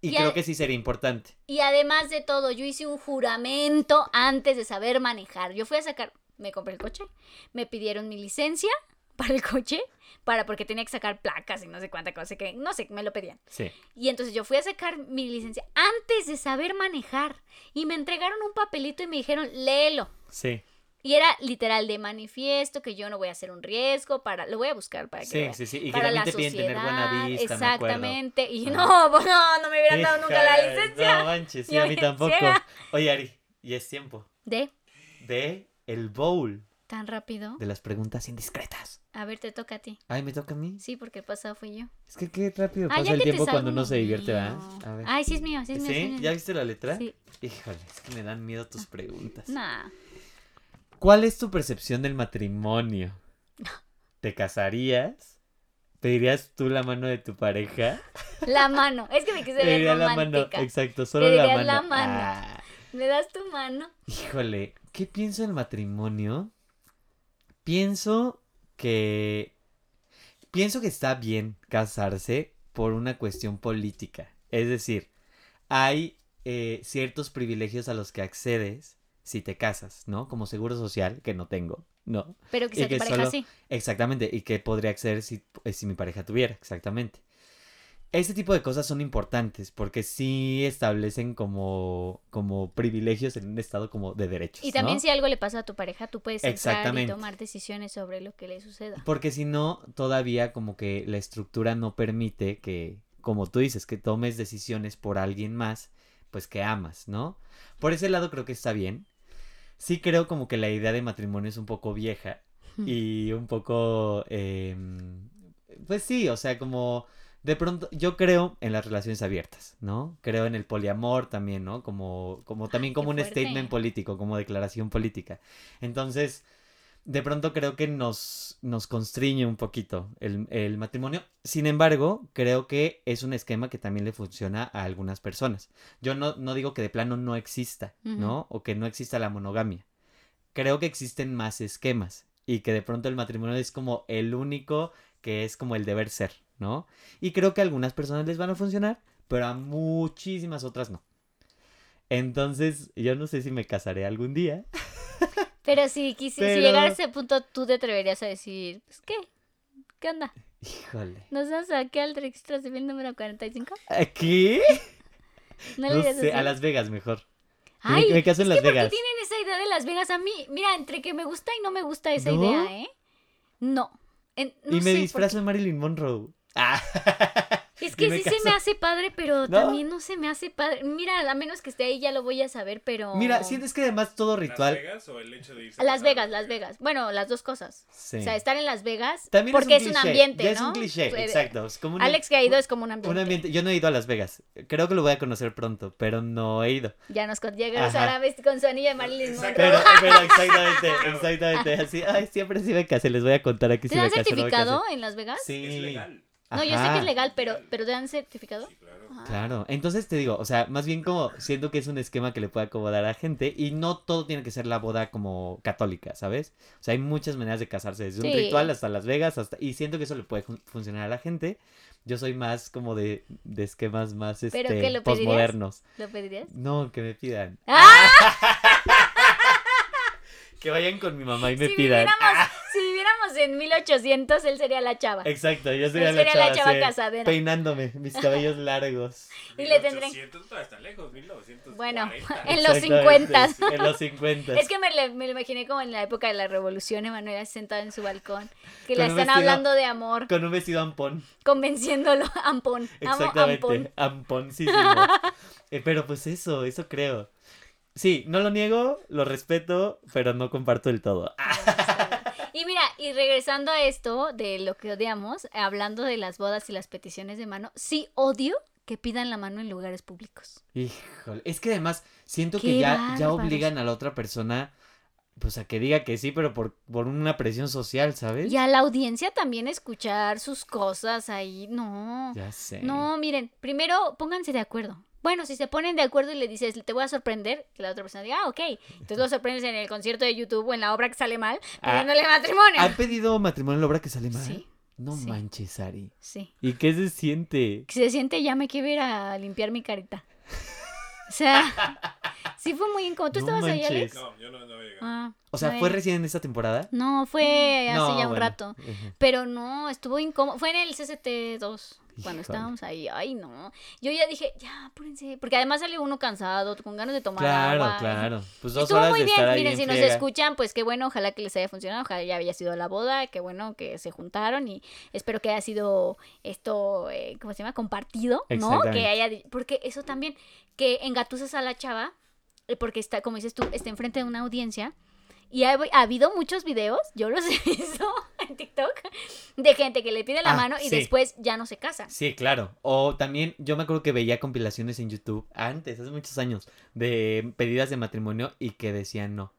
B: Y,
A: Y
B: creo
A: a-
B: que sí sería importante.
A: Y además de todo, yo hice un juramento antes de saber manejar. Yo fui a sacar, me compré el coche, me pidieron mi licencia *laughs* para el coche, para porque tenía que sacar placas y no sé cuánta cosa que no sé, me lo pedían.
B: Sí.
A: Y entonces yo fui a sacar mi licencia antes de saber manejar y me entregaron un papelito y me dijeron, "Léelo."
B: Sí.
A: Y era literal de manifiesto que yo no voy a hacer un riesgo para lo voy a buscar para que lo
B: Sí,
A: vean.
B: sí, sí. Y que
A: para la
B: también te piden
A: sociedad,
B: tener buena vista,
A: exactamente. Y
B: Ajá.
A: no, *laughs* pues no, no me
B: me
A: hubieran
B: acuerdo.
A: dado nunca la
B: Híjole,
A: licencia.
B: No manches, sí,
A: Yo
B: a mí
A: bien
B: tampoco.
A: ciega.
B: Oye, Ari, y es tiempo
A: De
B: de el bowl.
A: ¿Tan rápido?
B: de las preguntas indiscretas.
A: A ver, te toca a ti.
B: Ay, me toca a mí.
A: Sí, porque el pasado fui yo.
B: Es que qué rápido
A: Ah,
B: pasa
A: ya
B: el
A: que te
B: tiempo
A: salga
B: cuando uno
A: uno
B: se divierte,
A: mío.
B: ¿verdad? A ver.
A: Ay, sí es mío, sí es mío. sí es
B: ¿Sí?
A: mío.
B: ¿Ya viste la letra?
A: Sí. Ah,
B: Híjole, es que me dan miedo tus preguntas.
A: Nah.
B: ¿Cuál es tu percepción del matrimonio? ¿Te casarías? ¿Pedirías tú la mano de tu
A: *laughs*
B: pareja?
A: La mano. Es que me
B: *laughs*
A: quise ver
B: Pediría la mano,
A: romántica.
B: exacto, solo la
A: Pedirías
B: mano.
A: la mano.
B: Ah,
A: ¿Me das tu mano?
B: híjole, ¿qué pienso del matrimonio? Pienso que pienso que está bien casarse por una cuestión política. Es decir, hay eh, ciertos privilegios a los que accedes si te casas, ¿no? Como seguro social, que no tengo, ¿no?
A: Pero
B: Y
A: que se
B: que
A: te pareja
B: solo-
A: así.
B: Exactamente, y que podría acceder si, eh, si mi pareja tuviera, exactamente. Este tipo de cosas son importantes porque sí establecen como, como privilegios en un estado como de derechos.
A: Y también
B: ¿no?
A: si algo le pasa a tu pareja, tú puedes entrar y
B: Exactamente.
A: tomar decisiones sobre lo que le suceda.
B: *laughs* Porque si no, todavía como que la estructura no permite que, como tú dices, que tomes decisiones por alguien más, pues que amas, ¿no? Por ese lado creo que está bien. Sí creo como que la idea de matrimonio es un poco vieja
A: Hmm.
B: y un poco... em, pues sí, o sea, como... De pronto, yo creo en las relaciones abiertas, ¿no? Creo en el poliamor también, ¿no? Como, como también como un
A: qué fuerte.
B: statement político, como declaración política. Entonces, de pronto creo que nos, nos constriñe un poquito el, el matrimonio. Sin embargo, creo que es un esquema que también le funciona a algunas personas. Yo no, no digo que de plano no exista, ¿no? O que no exista la monogamia. Creo que existen más esquemas y que de pronto el matrimonio es como el único que es como el deber ser, ¿no? Y creo que a algunas personas les van a funcionar, pero a muchísimas otras no. Entonces, yo no sé si me casaré algún día.
A: Pero si, quisi- si
B: Pero-
A: llegara a ese punto, tú te atreverías a decir, pues, ¿qué? ¿Qué onda?
B: Híjole.
A: ¿Nos das aquí al registro civil número 45?
B: ¿Aquí?
A: ¿No,
B: No
A: le dirías
B: sé, a
A: así?
B: Las Vegas mejor. Yo me-
A: Ay,
B: me caso en
A: es
B: Las
A: que porque
B: Vegas.
A: tienen esa idea de Las Vegas. A mí, mira, entre que me gusta y no me gusta esa
B: ¿No?
A: idea, ¿eh? No. En- no
B: y me
A: sé,
B: disfrazo de Marilyn Monroe. Ah,
A: porque- Es
B: y
A: que
B: me
A: sí
B: caso.
A: se me hace padre, pero
B: ¿No?
A: también no se me hace padre. Mira, a menos que esté ahí ya lo voy a saber, pero...
B: mira, sientes que además todo
C: ¿Las
B: ritual.
C: Vegas o el hecho de irse
A: A
C: a
A: Las
C: casar a
A: Vegas, Las Vegas. Bueno, las dos cosas.
B: Sí.
A: O sea, estar en Las Vegas
B: También
A: porque es
B: es
A: un,
B: un, cliché,
A: ambiente,
B: ya
A: ¿no?
B: es un cliché,
A: Pues,
B: exacto. Es como un,
A: Alex que ha ido es como un ambiente.
B: un ambiente. Yo no he ido a Las Vegas. Creo que lo voy a conocer pronto, pero no he
A: *laughs*
B: ido.
A: Ya nos con- llega los
B: Ajá.
A: árabes con su anillo de Marilyn
C: Exacto.
A: Monroe.
B: Pero, pero exactamente, exactamente. Así, ay, siempre sí me casé. Les voy a contar aquí
A: ¿Te
B: si me
A: dan
B: casé. o no me
A: certificado
B: casé.
A: en Las Vegas?
B: Sí.
C: Es legal.
A: No, yo sé que
B: Ajá.
A: es legal, pero, pero ¿te dan certificado?
C: Sí, claro.
A: Ah.
B: Claro, entonces te digo, o sea, más bien como siento que es un esquema que le puede acomodar a gente y no todo tiene que ser la boda como católica, ¿sabes? O sea, hay muchas maneras de casarse, desde un
A: Sí.
B: ritual hasta Las Vegas, hasta y siento que eso le puede fun- funcionar a la gente. Yo soy más como de, de esquemas más este
A: ¿Pero qué, lo pedirías?
B: posmodernos.
A: ¿Lo pedirías?
B: No, que me pidan.
A: ¡Ah!
B: Que vayan con mi mamá y me
A: Si
B: pidan.
A: viviéramos, si viviéramos en 1800, él sería la chava.
B: Exacto, yo
A: Él
B: sería la
A: sería
B: chava,
A: la chava
B: sí,
A: casadera.
B: peinándome, mis cabellos largos.
A: Y le tendré-
C: 1800 todavía está lejos, 1940.
A: Bueno, *laughs* *laughs* en los
B: Exactamente,
A: 50.
B: sí, En los 50.
A: Es que me, le- me lo imaginé como en la época de la revolución, Emanuela sentada en su balcón, que
B: Con
A: le
B: un
A: están
B: vestido-
A: hablando de amor,
B: Con un vestido ampón.
A: convenciéndolo, *laughs* ampón, amo ampón.
B: Exactamente, amponcísimo.
A: *laughs*
B: Eh, pero pues eso, eso creo. Sí, no lo niego, lo respeto, pero no comparto del todo. Ah,
A: Y mira, y regresando a esto de lo que odiamos, hablando de las bodas y las peticiones de mano, sí odio que pidan la mano en lugares públicos.
B: híjole, es que además siento
A: Qué
B: que ya, ya
A: bárbaros.
B: obligan a la otra persona, pues a que diga que sí, pero por, por una presión social, ¿sabes?
A: Y a la audiencia también escuchar sus cosas ahí, no.
B: Ya sé.
A: No, miren, primero pónganse de acuerdo. Bueno, si se ponen de acuerdo y le dices, te voy a sorprender, que la otra persona diga, ah, ok. Entonces lo sorprendes en el concierto de YouTube o en la obra que sale mal,
B: Ah.
A: pidiéndole matrimonio.
B: ¿Han pedido matrimonio en la obra que sale mal?
A: Sí,
B: No
A: sí.
B: manches, Ari.
A: sí.
B: ¿Y qué se siente?
A: Que se siente, ya me quiero ir a limpiar mi carita. O sea, *laughs* sí fue muy incómodo. ¿Tú
B: No
A: estabas ahí, Alex?
B: manches.
C: No, yo no, no voy a llegar.
A: Ah,
B: O sea,
A: no
B: ¿fue
A: era.
B: recién en esta temporada?
A: No, fue hace
B: No,
A: ya un
B: bueno.
A: rato.
B: Ujú.
A: Pero no, estuvo incómodo. Fue en el CCT2
B: Híjole.
A: cuando estábamos ahí. Ay, no. Yo ya dije, ya, apúrense. Porque además sale uno cansado, con ganas de tomar
B: Claro,
A: agua.
B: claro. Pues dos
A: Estuvo
B: horas
A: muy
B: de
A: bien.
B: estar ahí
A: Miren,
B: en
A: si nos
B: friega.
A: escuchan, pues qué bueno. Ojalá que les haya funcionado. Ojalá ya haya sido la boda. Qué bueno que se juntaron. Y espero que haya sido esto, eh, ¿cómo se llama? Compartido, ¿no?
B: Exactamente.
A: Que haya. Porque eso también, que engatusas a la chava. eh, Porque está, como dices tú, está enfrente de una audiencia. Y ha, ha habido muchos videos, yo los he *laughs* visto en TikTok, de gente que le pide la
B: Ah,
A: mano y
B: sí.
A: después ya no se casan.
B: Sí, claro. O también yo me acuerdo que veía compilaciones en YouTube antes, hace muchos años, de pedidas de matrimonio y que decían no.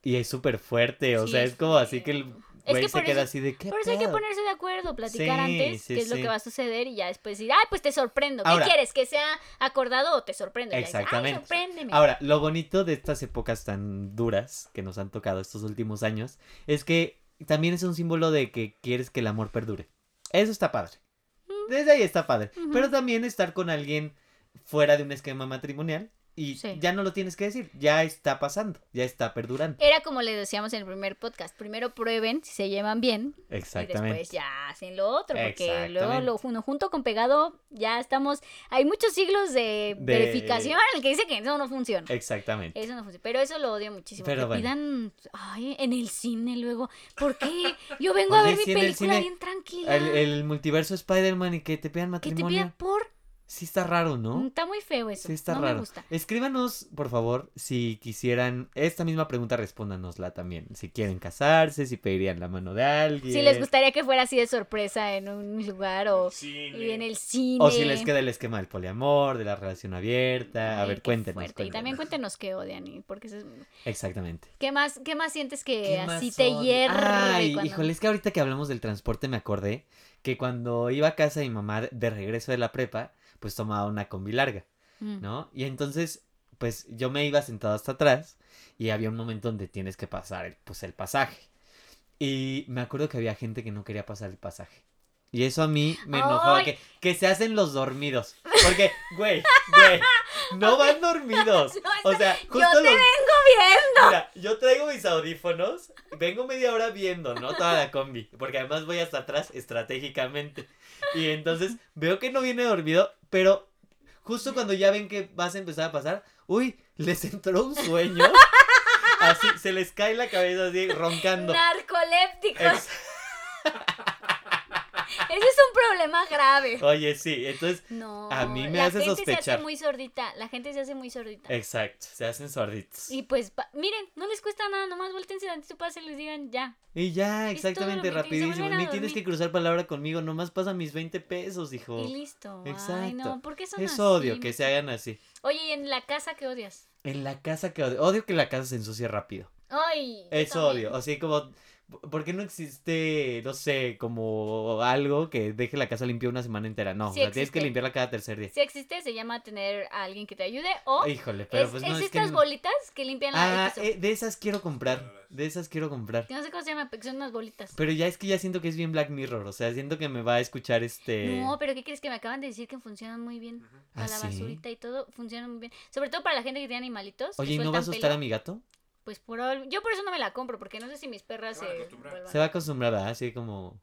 B: Y es súper fuerte, o
A: Sí,
B: sea,
A: es
B: es como así que el
A: que
B: güey se
A: por
B: queda
A: eso-
B: así de qué
A: Por eso hay que
B: pedo?".
A: ponerse de acuerdo, platicar
B: Sí,
A: antes
B: sí,
A: qué es lo
B: sí.
A: que va a suceder y ya después decir, ay, pues te sorprendo. ¿Qué
B: Ahora-
A: quieres? ¿Que sea acordado o te sorprendo? Y ya dices,
B: Exactamente.
A: ay, sorpréndeme.
B: Ahora, lo bonito de estas épocas tan duras que nos han tocado estos últimos años es que también es un símbolo de que quieres que el amor perdure. Eso está padre. Desde ahí está padre.
A: Ujú.
B: Pero también estar con alguien fuera de un esquema matrimonial y
A: Sí.
B: ya no lo tienes que decir. Ya está pasando, ya está perdurando.
A: Era como le decíamos en el primer podcast, primero prueben si se llevan bien y
B: Exactamente.
A: después ya hacen lo otro, porque luego
B: Exactamente.
A: lo uno junto con pegado ya estamos, hay muchos siglos de,
B: De-
A: verificación en el que dice que eso no funciona.
B: Exactamente.
A: Eso no funciona, pero eso lo odio muchísimo.
B: Pero
A: que
B: bueno.
A: pidan ay, en el cine luego. ¿Por qué? Yo vengo a
B: Oye,
A: ver mi
B: sí, en el
A: película
B: cine,
A: bien tranquila.
B: El, el multiverso Spider-Man y que te pidan
A: que te pida
B: matrimonio.
A: por
B: Sí está raro, ¿no?
A: Mm, Está muy feo eso.
B: Sí, está
A: no
B: raro.
A: me gusta.
B: Escríbanos, por favor, si quisieran. Esta misma pregunta, respóndanosla también. Si quieren casarse, si pedirían la mano de alguien.
A: Si les gustaría que fuera así de sorpresa en un lugar o y
C: Cine.
A: en el cine.
B: O si les queda el esquema del poliamor, de la relación abierta. A
A: Ay,
B: ver,
A: qué
B: cuéntenos.
A: fuerte. Y también cuéntenos qué odian. y Porque eso es-
B: Exactamente.
A: ¿Qué, más, ¿Qué más sientes que
B: ¿Qué
A: así
B: más
A: te
B: odio?
A: hierve?
B: Ay,
A: cuando-
B: híjole, es que ahorita que hablamos del transporte me acordé que cuando iba a casa de mi mamá de regreso de la prepa, pues tomaba una combi larga.
A: *laughs* Mm.
B: ¿no? Y entonces, pues yo me iba sentado hasta atrás y había un momento donde tienes que pasar el, pues, el pasaje. Y me acuerdo que había gente que no quería pasar el pasaje. Y eso a mí me enojaba,
A: ¡Ay!
B: que, que se hacen los dormidos. Porque, güey, güey, no van
A: *laughs*
B: dormidos.
A: No,
B: O sea, justo
A: yo te
B: los-
A: Bien.
B: Mira, yo traigo mis audífonos, vengo media hora viendo, ¿no? Toda la combi, porque además voy hasta atrás estratégicamente. Y entonces veo que no viene dormido, pero justo cuando ya ven que vas a empezar a pasar, uy, les entró un sueño. Así, se les cae la cabeza así, roncando.
A: Narcolépticos.
B: Ex-
A: *laughs* Ese es un problema
B: *laughs*
A: grave.
B: Oye, sí, entonces,
A: No.
B: A mí me
A: la
B: hace
A: gente se hace
B: sospechar.
A: muy sordita. La gente se hace muy sordita.
B: exacto, se hacen sorditos.
A: Y pues, pa- miren, no les cuesta nada, nomás voltense tantito pasen y les digan ya.
B: Y ya,
A: es todo
B: exactamente,
A: lo que te- y se
B: rapidísimo.
A: vuelven a
B: Ni tienes que
A: dormir.
B: cruzar palabra conmigo, nomás pasa mis 20 pesos, hijo.
A: Y listo. Ay,
B: Exacto.
A: no, ¿por qué son
B: Es
A: así?
B: odio
A: Me-
B: que se hagan así.
A: Oye, ¿y en la casa qué odias?
B: En la casa que odio. Odio que la casa se ensucie rápido.
A: Ay. yo
B: Eso
A: también.
B: odio. Así como. ¿Por qué no existe, no sé, como algo que deje la casa limpia una semana entera? No,
A: Sí
B: o sea, tienes
A: existe.
B: que limpiarla cada tercer día.
A: Si existe, se llama tener a alguien que te ayude o
B: Híjole, pero
A: es,
B: pues
A: es
B: no es, que.
A: estas bolitas que limpian la
B: Ah,
A: el piso.
B: eh, de esas quiero comprar. De esas quiero comprar.
A: No sé cómo se llama, pero son unas bolitas.
B: Pero ya es que ya siento que es bien Black Mirror. O sea, siento que me va a escuchar este.
A: No, pero ¿qué crees que me acaban de decir que funcionan muy bien?
C: Ujú.
B: ¿Ah,
A: Para la
B: sí?
A: basurita y todo, funcionan muy bien. Sobre todo para la gente que tiene animalitos. que
B: Oye, ¿y no
A: sueltan
B: va a asustar a
A: pelo.
B: mi gato?
A: Pues por al- Yo por eso no me la compro, porque no sé si mis perras
C: Se van a
A: se
C: acostumbrar.
A: vuelvan-
B: Se va a acostumbrar, ¿verdad? Así como.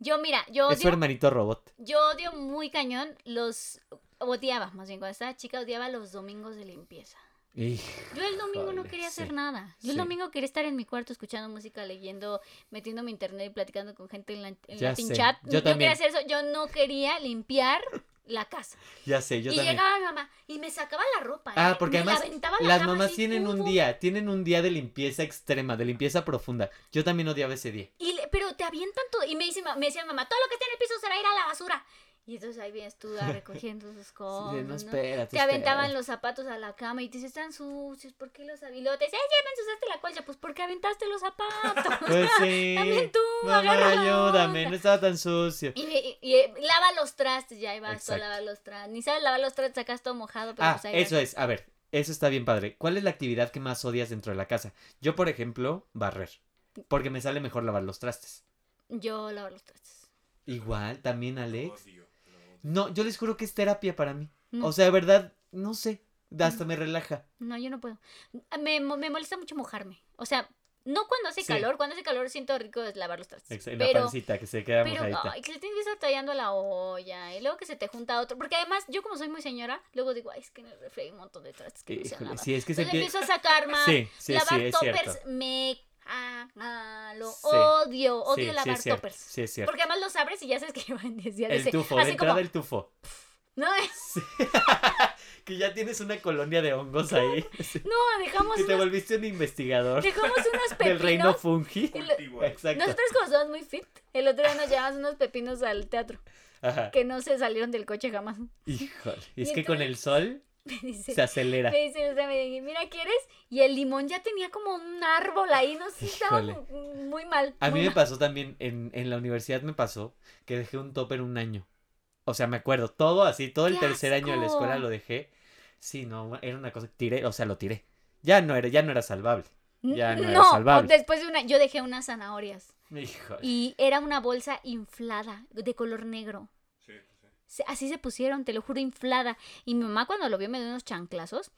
A: Yo, mira, yo
B: Es su
A: odio
B: hermanito robot.
A: Yo odio muy cañón los... Odiaba, más bien, cuando estaba chica odiaba los domingos de limpieza.
B: Hij-
A: Yo el domingo no
B: Híjole,
A: quería hacer
B: sí,
A: nada. Yo el
B: sí.
A: domingo quería estar en mi cuarto escuchando música, leyendo, metiéndome a internet y platicando con gente en la, en
B: Ya
A: Latin
B: sé,
A: chat.
B: yo
A: quería
B: también.
A: hacer eso. Yo no quería limpiar la casa.
B: Ya sé, yo
A: y
B: también.
A: llegaba mi mamá y me sacaba la ropa.
B: Ah,
A: ¿eh?
B: porque
A: Me la
B: además
A: aventaba a la
B: Las
A: cama
B: mamás
A: así,
B: tienen
A: pum,
B: un
A: pum.
B: día, tienen un día de limpieza extrema, de limpieza profunda. Yo también odiaba ese día.
A: Y le- pero te avientan todo. Y me, dice, ma- me decía mi mamá, todo lo que está en el piso se va a ir a la basura. Y entonces ahí vienes tú ah, recogiendo sus cosas.
B: Sí, no,
A: Oh, ¿no?
B: espérate,
A: Te aventaban
B: espérate.
A: los zapatos a la cama y te dices, están sucios, ¿por qué los avi-?" Y luego te decían, ya me ensuciaste la colcha, pues porque aventaste los zapatos. *laughs*
B: Pues *laughs* sí.
A: También tú,
B: Mamá,
A: agarra la
B: ayúdame,
A: onda.
B: no estaba tan sucio.
A: Y, y- y, eh, lava los trastes, ya ahí vas tú a
B: Exacto.
A: lavar los trastes. Ni sabes lavar los trastes, sacas todo mojado, pero
B: Ah,
A: pues ahí vas.
B: eso es, a ver, eso está bien padre. ¿Cuál es la actividad que más odias dentro de la casa? Yo, por ejemplo, barrer, porque me sale mejor lavar los trastes.
A: Yo lavo los trastes.
B: Igual, también
C: Lo
B: Alex.
C: odio, lo odio.
B: No, yo les juro que es terapia para mí.
A: Mm.
B: O sea, de verdad, no sé, hasta me relaja.
A: No, yo no puedo. Me, mo- me molesta mucho mojarme. O sea, no cuando hace
B: Sí.
A: calor, cuando hace calor siento rico es lavar los trastes.
B: Ex- en la
A: pero
B: pancita que se queda
A: Pero,
B: mojadita.
A: ay, que le tienes que estar tallando a la olla. Y luego que se te junta otro. Porque además, yo como soy muy señora, luego digo, ay, es que en el refri hay un montón de trastes que no se han
B: Híjole,
A: lavado".
B: sí, es que se
A: Entonces
B: empieza.
A: empiezo a sacar más.
B: Sí, sí,
A: lavar
B: sí, es cierto.
A: toppers me caga, lo
B: Sí,
A: odio. Odio
B: sí,
A: lavar
B: es cierto,
A: toppers.
B: Sí, es cierto.
A: Porque además los *laughs* abres y ya sabes que van desde
B: El tufo, de
A: Así
B: entrada
A: como,
B: el tufo.
A: no es.
B: Sí. Que ya tienes una colonia de hongos ahí. *laughs* sí.
A: No, dejamos
B: Que te
A: pues, unos,
B: volviste un *laughs* investigador
A: dejamos unos
B: del
A: pepinos. *laughs*
B: reino fungi. *laughs*
A: Y lo-
C: Cultivo ahí.
B: Exacto.
A: Nosotros como somos muy fit, el otro día nos llevamos unos pepinos al teatro
B: Ajá.
A: que no se salieron del coche jamás. *laughs*
B: Híjole.
A: Y
B: Y es que con el sol
A: Me dice,
B: se acelera.
A: me dice, o sea, me dice, mira, ¿quieres? Y el limón ya tenía como un árbol ahí, no sé, estaba
B: Híjole.
A: muy mal.
B: A
A: muy
B: mí
A: mal.
B: me pasó también, en, en la universidad me pasó que dejé un topper un año. O sea, me acuerdo, todo así, todo el
A: ¡Qué
B: tercer año de la escuela
A: asco!
B: lo dejé. Sí, no, era una cosa, tiré, o sea, lo tiré. Ya no era, ya no era salvable. ya no era salvable.
A: después de una, yo dejé unas zanahorias
B: Híjole.
A: y era una bolsa inflada de color negro.
C: Sí, sí, sí.
A: Se- Así se pusieron, te lo juro, inflada. Y mi mamá cuando lo vio me dio unos chanclazos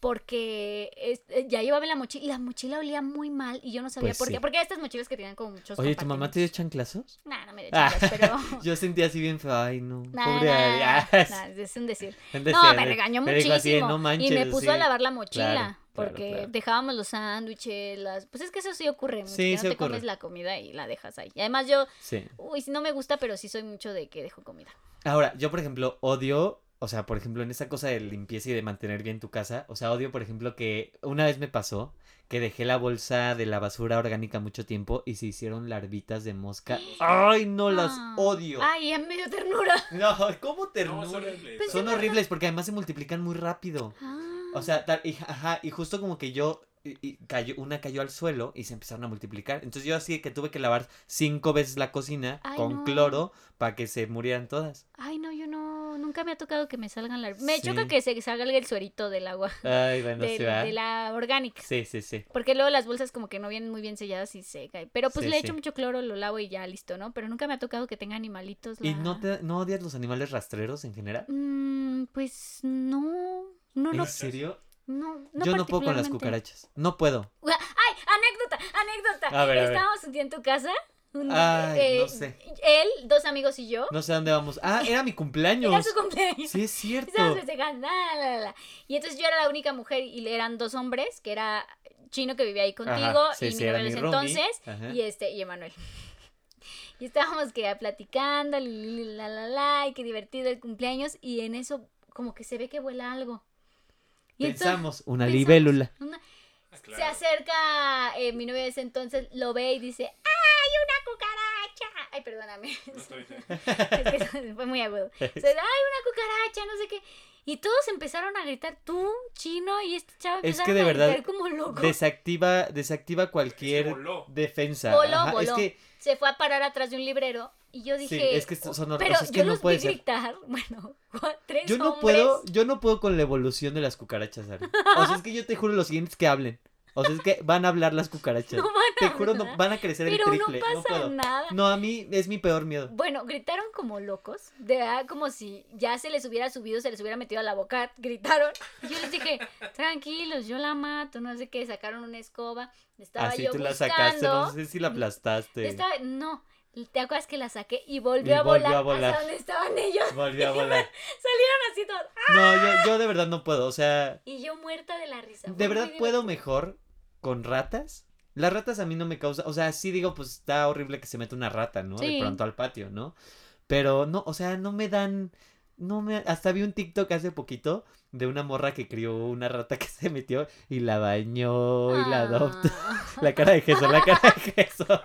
A: porque es- eh, ya llevaba la mochila y la mochila olía muy mal y yo no sabía
B: Pues
A: por
B: sí.
A: qué. Porque estas mochilas que tenían como muchos
B: Oye, ¿tu mamá te dio
A: compartimentos.
B: chanclazos?
A: Nah, no me dio
B: Ah.
A: chanclas, pero...
B: *laughs* Yo sentí así bien feo, ay no,
A: Nah,
B: pobre
A: nah,
B: Ari, *laughs* ah,
A: nah,
B: es-
A: nah, es un decir.
B: es
A: No,
B: decir,
A: me regañó
B: te dijo
A: muchísimo.
B: así, "No manches",
A: y me puso a
B: sí.
A: lavar la mochila.
B: Claro, claro,
A: porque
B: claro.
A: dejábamos los sándwiches, las... Pues es que eso sí ocurre. Mucho,
B: Sí,
A: que no
B: sí
A: te
B: ocurre.
A: comes la comida y la dejas ahí. Y además yo,
B: Sí.
A: uy, sí no me gusta, pero sí soy mucho de que dejo comida.
B: Ahora, yo por ejemplo odio, o sea, por ejemplo en esa cosa de limpieza y de mantener bien tu casa, o sea, odio por ejemplo que una vez me pasó que dejé la bolsa de la basura orgánica mucho tiempo y se hicieron larvitas
A: *gasps*
B: de mosca. Ay, no las
A: Ah.
B: odio.
A: Ay, ya me dio ternura.
B: No, *laughs* ¿cómo
C: No, es
B: ternura?
C: horrible.
A: Pues
B: Son horribles porque además se multiplican muy rápido.
A: Ah.
B: O sea, tal- y, ajá, y justo como que yo y- y cayó, una cayó al suelo y se empezaron a multiplicar. Entonces yo así que tuve que lavar cinco veces la cocina
A: Ay,
B: con
A: no.
B: cloro para que se
A: *laughs*
B: murieran todas.
A: Ay, no, yo no, nunca me ha tocado que me salgan las... Me
B: Sí.
A: choca que se salga el suerito del
B: *laughs*
A: agua,
B: Ay, bueno,
A: del-
B: sí, ¿verdad?
A: de la orgánica.
B: Sí, sí, sí.
A: Porque luego las bolsas como que no vienen muy bien selladas y se cae. Pero pues
B: Sí,
A: le
B: sí.
A: echo mucho cloro, lo lavo y ya listo, ¿no? Pero nunca me ha tocado que tenga animalitos.
B: ¿Y
A: la-
B: no, te, no odias los animales rastreros en general?
A: Mm, pues no. No, no,
B: ¿En serio?
A: no,
B: Yo no puedo con las
A: particularmente.
B: cucarachas. No puedo.
A: Ua- ¡Ay! ¡Anécdota! ¡Anécdota!
B: A ver, a ver.
A: Estábamos un día en tu casa. un- eh,
B: Ay, no sé.
A: Él, dos amigos y yo.
B: No sé a dónde vamos. Ah, era mi cumpleaños.
A: Era su cumpleaños.
B: Sí, es
A: Y *laughs*
B: cierto.
A: estábamos festejando, la, la, la, la. Y entonces yo era la única mujer y eran dos hombres, que era chino que vivía ahí contigo
B: Ajá, sí,
A: y
B: sí,
A: mi
B: era
A: novio en ese
B: mi roomie.
A: entonces
B: Ajá.
A: y este y Emanuel. *laughs* Y estábamos que platicando, li, li, li, la la la, y qué divertido el cumpleaños y en eso como que se ve que vuela algo. Y entonces
B: Pensamos, una
A: pensamos-
B: libélula.
A: *laughs* una-
C: Ah,
A: se
C: claro.
A: acerca eh, mi novio de ese entonces, lo ve y dice, ¡ay, una cucaracha! Ay, perdóname. *laughs*
C: No
B: *laughs*
C: está bien.
A: Es que fue muy agudo. Se, ay, una cucaracha, no sé qué. Y todos empezaron a gritar, tú, chino, y este chavo
B: Es
A: empezaron
B: que de
A: a
B: verdad,
A: gritar como loco.
B: Desactiva, desactiva
C: Es que
B: cualquier
C: voló.
B: defensa.
A: Voló,
B: Ajá,
A: voló.
B: Es que
A: Se fue a parar atrás de un librero y yo dije,
B: es que estos son hor-
A: pero
B: o sea, es que
A: yo
B: no
A: los
B: puede
A: vi
B: ser.
A: gritar, *laughs* bueno, tres
B: yo no
A: hombres.
B: puedo, yo no puedo con la evolución de las cucarachas, Ari. O sea, es que yo te juro los siguientes que hablen. O sea, es que van a hablar las
A: *laughs*
B: cucarachas.
A: No van a
B: te juro, no,
A: hablar.
B: van a crecer
A: Pero
B: el triple.
A: no
B: No,
A: pasa
B: puedo.
A: nada.
B: No, a mí es mi peor miedo.
A: Bueno, gritaron como locos, de verdad, como si ya se les hubiera subido, se les hubiera metido a la boca, *laughs* gritaron. Y yo les dije, tranquilos, yo la mato, no sé qué, sacaron una escoba, estaba
B: Así
A: yo
B: Ah, tú la
A: buscando.
B: sacaste, no sé si la aplastaste.
A: Estaba- no, ¿te acuerdas que la saqué y volvió,
B: Y
A: a,
B: volvió
A: volar
B: a volar.
A: hacia donde estaban ellos? *laughs*
B: Volvió a volar.
A: Salieron así todos. ¡ah!
B: No, yo, yo de verdad no puedo. O sea,
A: Y yo muerta de la risa.
B: de
A: Fue
B: verdad
A: muy
B: puedo mejor con ratas. Las ratas a mí no me causan. O sea, sí digo, pues está horrible que se meta una rata, ¿no?
A: Sí.
B: De pronto al patio, ¿no? Pero no, o sea, no me dan. No me. Hasta vi un TikTok hace poquito de una morra que crió una rata *laughs* que se metió y la bañó y la adoptó.
A: Ah.
B: La cara de Jesús, la cara de
A: *laughs*
B: Jesús.
C: Ay,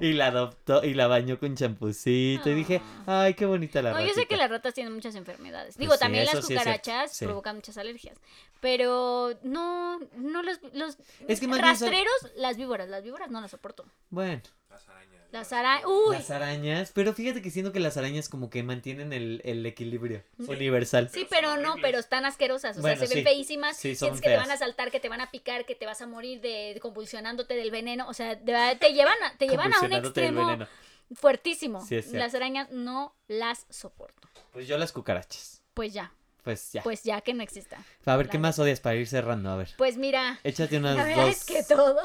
C: no.
B: Y la adoptó y la bañó con champucito. Y dije, ay, qué bonita la
A: Ah. No, yo sé
B: ratita".
A: que las ratas tienen muchas enfermedades.
B: Pues
A: Digo,
B: sí,
A: también las
B: eso sí es cierto,
A: cucarachas
B: sí.
A: provocan muchas alergias. Pero no, no los, los
B: Es que más bien son-
A: rastreros, las víboras, las víboras no las soporto.
B: Bueno,
C: Las arañas.
A: Las arañas, uy.
B: las arañas. Pero fíjate que siento que las arañas como que mantienen el, el equilibrio
C: Sí.
B: universal.
A: Sí,
C: Pero
A: pero
C: son
A: no,
C: horribles.
A: pero están asquerosas, o
B: Bueno,
A: sea, se ven
B: sí.
A: feísimas,
B: Sí, son
A: sientes que te
B: feas.
A: van a saltar, que te van a picar, que te vas a morir de, de convulsionándote del veneno, o sea, de verdad, te llevan a, te llevan a un
B: Convulsionándote del
A: extremo
B: veneno.
A: fuertísimo.
B: Sí, es cierto.
A: las arañas no las soporto.
B: Pues yo las cucarachas.
A: Pues ya,
B: Pues ya.
A: pues ya que no exista.
B: a ver, ¿qué
A: la-
B: más odias para ir cerrando? A ver.
A: Pues mira,
B: Échate unas
A: la verdad
B: dos.
A: es que todo.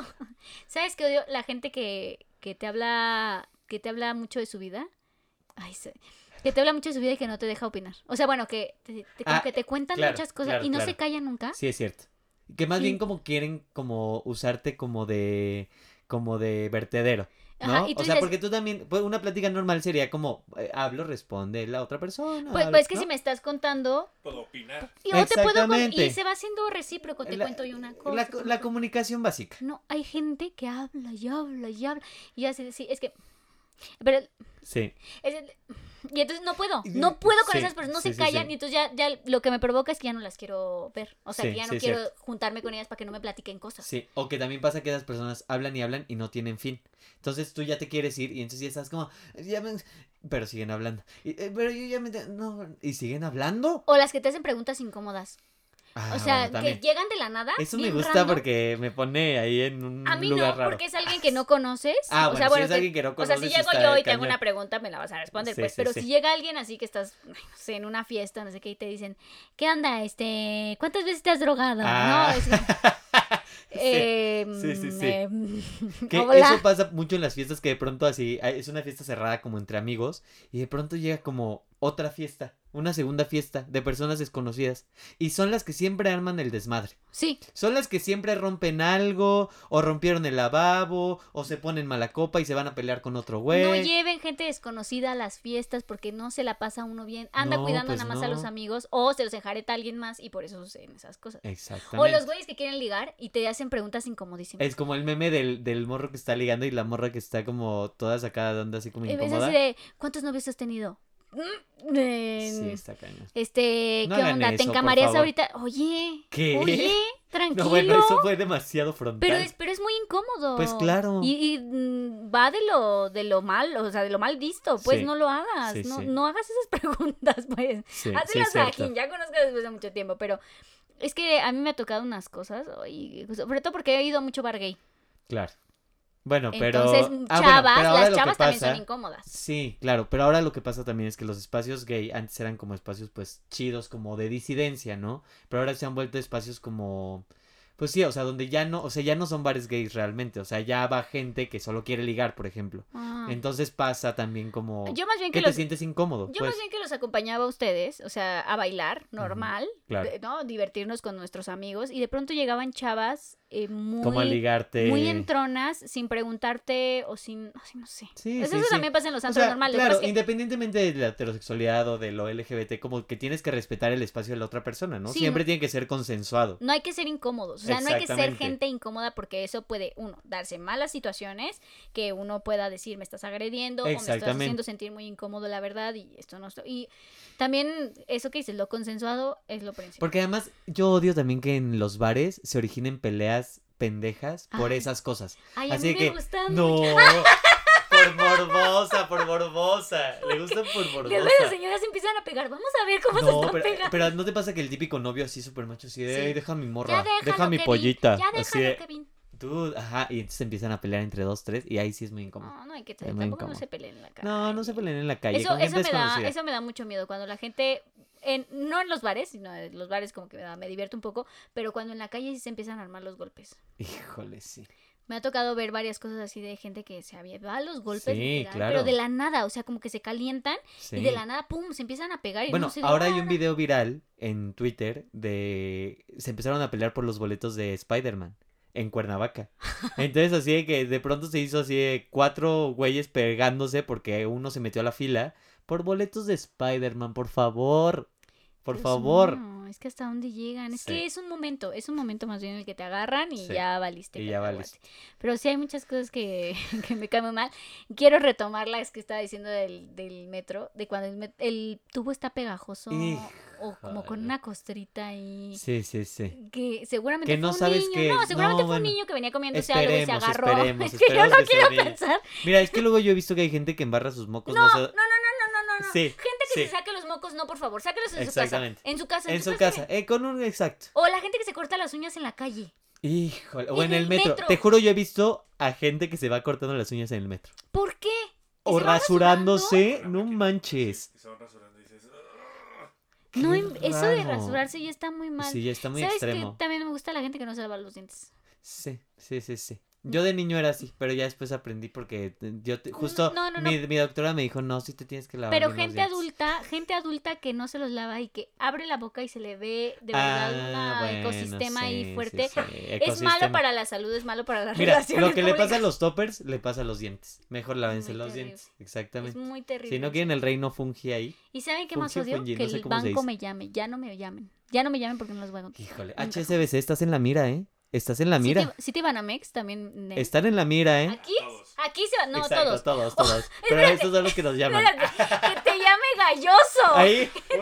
A: ¿Sabes qué odio? La gente que, que te habla, que te habla mucho de su vida. Ay, se- Que te habla mucho de su vida y que no te deja opinar. O sea, bueno, que te, te- como
B: Ah,
A: que te cuentan
B: claro,
A: muchas cosas
B: claro,
A: y no
B: claro.
A: se calla nunca.
B: Sí, es cierto. Que más
A: Sí.
B: bien como quieren como usarte como de como de vertedero. ¿no?
A: Ajá, y tú
B: o sea,
A: dices-
B: porque tú también, pues, una plática normal sería como, eh, hablo, responde la otra persona.
A: Pues,
B: hablo,
A: pues es que
B: ¿no?
A: si me estás contando,
C: Puedo opinar.
A: y, o te puedo con-
B: Exactamente.
A: y se va haciendo recíproco, te
B: La-
A: cuento yo una cosa.
B: La,
A: te
B: la
A: cuento-
B: comunicación básica.
A: No, hay gente que habla y habla y habla. Y hace decir, es que. Pero.
B: Sí.
A: es el- *sighs* y entonces no puedo.
B: Y-
A: No puedo con
B: sí,
A: esas personas. No
B: sí,
A: se
B: sí,
A: callan.
B: sí.
A: Y entonces ya, ya lo que me provoca es que ya no las quiero ver. O sea,
B: Sí,
A: que ya no
B: sí, es
A: quiero juntarme con ellas para que no me platiquen cosas.
B: Sí, o que también pasa que esas personas hablan y hablan y no tienen fin. Entonces tú ya te quieres ir y entonces ya estás como, ya me- pero siguen hablando. Y, eh, pero yo ya me... No, y siguen hablando.
A: O las que te hacen preguntas incómodas.
B: Ah,
A: o sea,
B: bueno,
A: que
B: también.
A: llegan de la nada.
B: Eso me
A: bien
B: gusta
A: random.
B: porque me pone ahí en un
A: A mí
B: lugar
A: no,
B: raro.
A: porque es alguien que no conoces.
B: Ah,
A: o
B: bueno,
A: sea,
B: si
A: bueno,
B: es
A: que-
B: alguien que no
A: O sea, si
B: conoces,
A: llego
B: está
A: yo y te hago
B: cañón.
A: una pregunta, me la vas a responder,
B: Sí,
A: pues.
B: sí,
A: pero
B: sí.
A: si llega alguien así que estás, ay, no sé, en una fiesta, no sé qué, y te dicen, ¿qué onda? Este, ¿cuántas veces te has drogado?
B: Ah.
A: No, es
B: *laughs*
A: como, eh,
B: sí, sí, sí.
A: eh, *laughs*
B: Que
A: hola.
B: eso pasa mucho en las fiestas que de pronto así, hay- es una fiesta cerrada como entre amigos y de pronto llega como otra fiesta, una segunda fiesta de personas desconocidas y son las que siempre arman el desmadre.
A: Sí,
B: Son las que siempre rompen algo o rompieron el lavabo o se ponen mala copa y se van a pelear con otro güey.
A: no lleven gente desconocida a las fiestas porque no se la pasa uno bien. Anda
B: No,
A: cuidando
B: pues
A: nada más a los
B: no.
A: amigos o se los enjareta a alguien más y por eso suceden esas cosas. O
B: Exactamente.
A: los güeyes que quieren ligar y te hacen preguntas incomodísimas.
B: Es como el meme del, del morro que está ligando y la morra que está como toda sacada de onda así como
A: Y ves
B: incómoda.
A: así de, ¿cuántos novios has tenido? Mm, eh,
B: Sí, está cañón.
A: Este,
B: No
A: ¿qué
B: hagan
A: onda? ¿Te
B: eso, por
A: encamarías
B: favor.
A: ahorita? Oye,
B: ¿Qué?
A: oye, tranquilo.
B: *laughs* No, bueno, eso fue demasiado frontal.
A: pero, es, pero es muy incómodo.
B: Pues claro.
A: Y, y, mm, va de lo, de lo mal, o sea, de lo mal visto. Pues
B: Sí.
A: no lo hagas.
B: Sí,
A: no,
B: sí.
A: no hagas esas *laughs* preguntas, pues.
B: Sí, sí,
A: Hácelas
B: es
A: a
B: cierto.
A: quien ya conozco después de mucho tiempo, pero es que a mí me ha tocado unas cosas, y, sobre todo porque he ido a mucho bar gay.
B: Claro. Bueno, pero.
A: Entonces,
B: Ah,
A: chavas,
B: bueno, pero ahora
A: las
B: lo que
A: chavas también
B: pasa-
A: son incómodas.
B: Sí, claro, pero ahora lo que pasa también es que los espacios gay antes eran como espacios pues chidos, como de disidencia, ¿no? Pero ahora se han vuelto espacios como pues sí, o sea, donde ya no, o sea, ya no son bares gays realmente, o sea, ya va gente que solo quiere ligar, por ejemplo.
A: Ah.
B: Entonces pasa también como
A: Yo más bien
B: que
A: que
B: te
A: los
B: sientes incómodo,
A: Yo
B: pues.
A: más bien que los acompañaba a ustedes, o sea, a bailar, normal,
B: claro.
A: de- ¿no? Divertirnos con nuestros amigos y de pronto llegaban chavas eh, muy,
B: como a ligarte.
A: muy entronas sin preguntarte o sin, ay, no sé.
B: Sí,
A: Pues
B: sí,
A: eso
B: sí.
A: también pasa en los
B: O
A: antros
B: sea,
A: normales.
B: claro,
A: pero es que-
B: independientemente de la heterosexualidad o de lo LGBT, como que tienes que respetar el espacio de la otra persona, ¿no?
A: Sí,
B: Siempre
A: no-
B: tiene que ser consensuado.
A: No hay que ser incómodos, o sea, no hay que ser
B: Exactamente.
A: gente incómoda porque eso puede, uno, darse malas situaciones que uno pueda decir, me estás agrediendo o me estás
B: Exactamente.
A: haciendo sentir muy incómodo, la verdad, y esto no estoy... Y también eso que dices, lo consensuado es lo principal.
B: Porque además yo odio también que en los bares se originen peleas pendejas por
A: Ay.
B: esas cosas.
A: Ay, a
B: así
A: mí me
B: que,
A: gustan
B: No, por morbosa, por morbosa. Le gusta por
A: Y luego las
B: morbosa.
A: señoras empiezan a pegar. Vamos a ver cómo se
B: No,
A: están
B: pero, eh,
A: pegando.
B: pero no te pasa que el típico novio así súper macho así de,
A: Sí.
B: "Ey, deja mi morra,
A: ya déjalo,
B: deja mi
A: Kevin,
B: pollita.
A: Ya
B: así
A: déjalo,
B: de,
A: Kevin.
B: dude, ajá, y entonces empiezan a pelear entre dos, tres y ahí sí es muy incómodo.
A: No, no hay que
B: Es
A: tampoco
B: muy
A: no
B: incómodo.
A: se peleen en la cara.
B: No, no se peleen en la calle
A: Oh, Eso,
B: con
A: eso
B: gente
A: me da,
B: desconocida.
A: eso me da mucho miedo cuando la gente en, no en los bares, sino en los bares como que me da, me divierto un poco, pero cuando en la calle sí se empiezan a armar los golpes.
B: Híjole, sí.
A: Me ha tocado ver varias cosas así de gente que se había va a los golpes,
B: Sí,
A: literal,
B: claro.
A: pero de la nada, o sea, como que se calientan y
B: sí.
A: de la nada, pum, se empiezan a pegar y Eh, no
B: Bueno,
A: ah, se
B: ahora hay un video viral en Twitter de... Se empezaron a pelear por los boletos de Spider-Man en
A: *laughs*
B: Cuernavaca. Entonces así de que de pronto se hizo así de cuatro güeyes pegándose porque uno se metió a la fila por boletos de Spider-Man, por favor. Por
A: Dios
B: favor.
A: mío, es que hasta dónde llegan. Es
B: Sí.
A: que es un momento, es un momento más bien en el que te agarran y
B: Sí,
A: ya valiste.
B: y ya
A: cacahuate.
B: valiste.
A: Pero sí hay muchas cosas que, *laughs* que me caen muy mal. Quiero retomar las que estaba diciendo del, del metro, de cuando el, met- el tubo está pegajoso o como con
B: Híjole.
A: una costrita ahí.
B: Sí, sí, sí.
A: Que seguramente
B: Que no
A: fue un
B: sabes
A: niño.
B: qué
A: No,
B: es.
A: seguramente
B: No,
A: fue un
B: bueno.
A: niño que venía comiéndose algo y se
B: Esperemos,
A: agarró. *laughs*
B: esperemos,
A: es que yo
B: esperemos
A: no
B: que sea
A: quiero
B: un niño.
A: pensar.
B: Mira, es que luego yo he visto que hay gente que embarra sus mocos. Pues No, se-
A: No, no, no, no.
B: Sí,
A: Gente que
B: sí.
A: se saque los mocos, no, por favor, sáquelos en su casa.
B: Exactamente.
A: En su casa.
B: En su casa. eh, con un exacto.
A: O la gente que se corta las uñas en la calle.
B: Híjole, o
A: En
B: en el
A: el
B: metro.
A: metro.
B: Te juro, yo he visto a gente que se va cortando las uñas en el metro.
A: ¿Por qué?
B: O
A: ¿Se va
B: rasurándose,
C: Con la
B: no
C: máquina.
B: manches.
C: Sí, y se van rasurando y dices, "Ugh".
B: Qué
A: No, em- eso de
B: raro.
A: rasurarse ya está muy mal.
B: Sí, ya está muy
A: ¿Sabes
B: extremo.
A: que también me gusta la gente que no se lava los dientes?
B: Sí, sí, sí, sí. Yo de niño era así, pero ya después aprendí porque eh, yo te- justo
A: Mm. no, no, no.
B: mi, mi doctora me dijo, no, sí te tienes que lavar.
A: Pero
B: bien los
A: gente
B: dientes".
A: adulta, gente adulta que no se los lava y que abre la boca y se le ve de verdad
B: Ah,
A: un
B: bueno,
A: ecosistema
B: sí,
A: ahí
B: sí,
A: fuerte.
B: sí,
A: Es
B: ecosistema.
A: malo para la salud, es malo para las
B: Mira,
A: relaciones
B: lo que le pasa a
A: públicas.
B: los toppers, le pasa a los dientes. Mejor lávense
A: muy
B: los
A: terrible.
B: dientes.
A: Es
B: Exactamente.
A: muy terrible.
B: Si no quieren el reino fungi ahí,
A: ¿Y saben qué más
B: Fungi,
A: odio?
B: fungi,
A: que
B: no sé
A: el
B: cómo se
A: banco
B: dice.
A: me llame. Ya no me llamen. Ya no me llamen porque no los voy a contar.
B: híjole,
A: Nunca.
B: HSBC, estás en la mira, ¿eh? Estás en la
A: Si
B: mira.
A: te, si te van a Mex también. ne-
B: Están en la mira, ¿eh?
A: Aquí, *laughs*
C: Todos.
A: aquí se van. Ah, No,
B: Exacto,
A: todos. *laughs* Oh,
B: todos, todos. Pero estos son los que nos *laughs* llaman.
A: Espérate, que te llame
B: *laughs*
A: galloso.
B: Ahí,
C: Uy,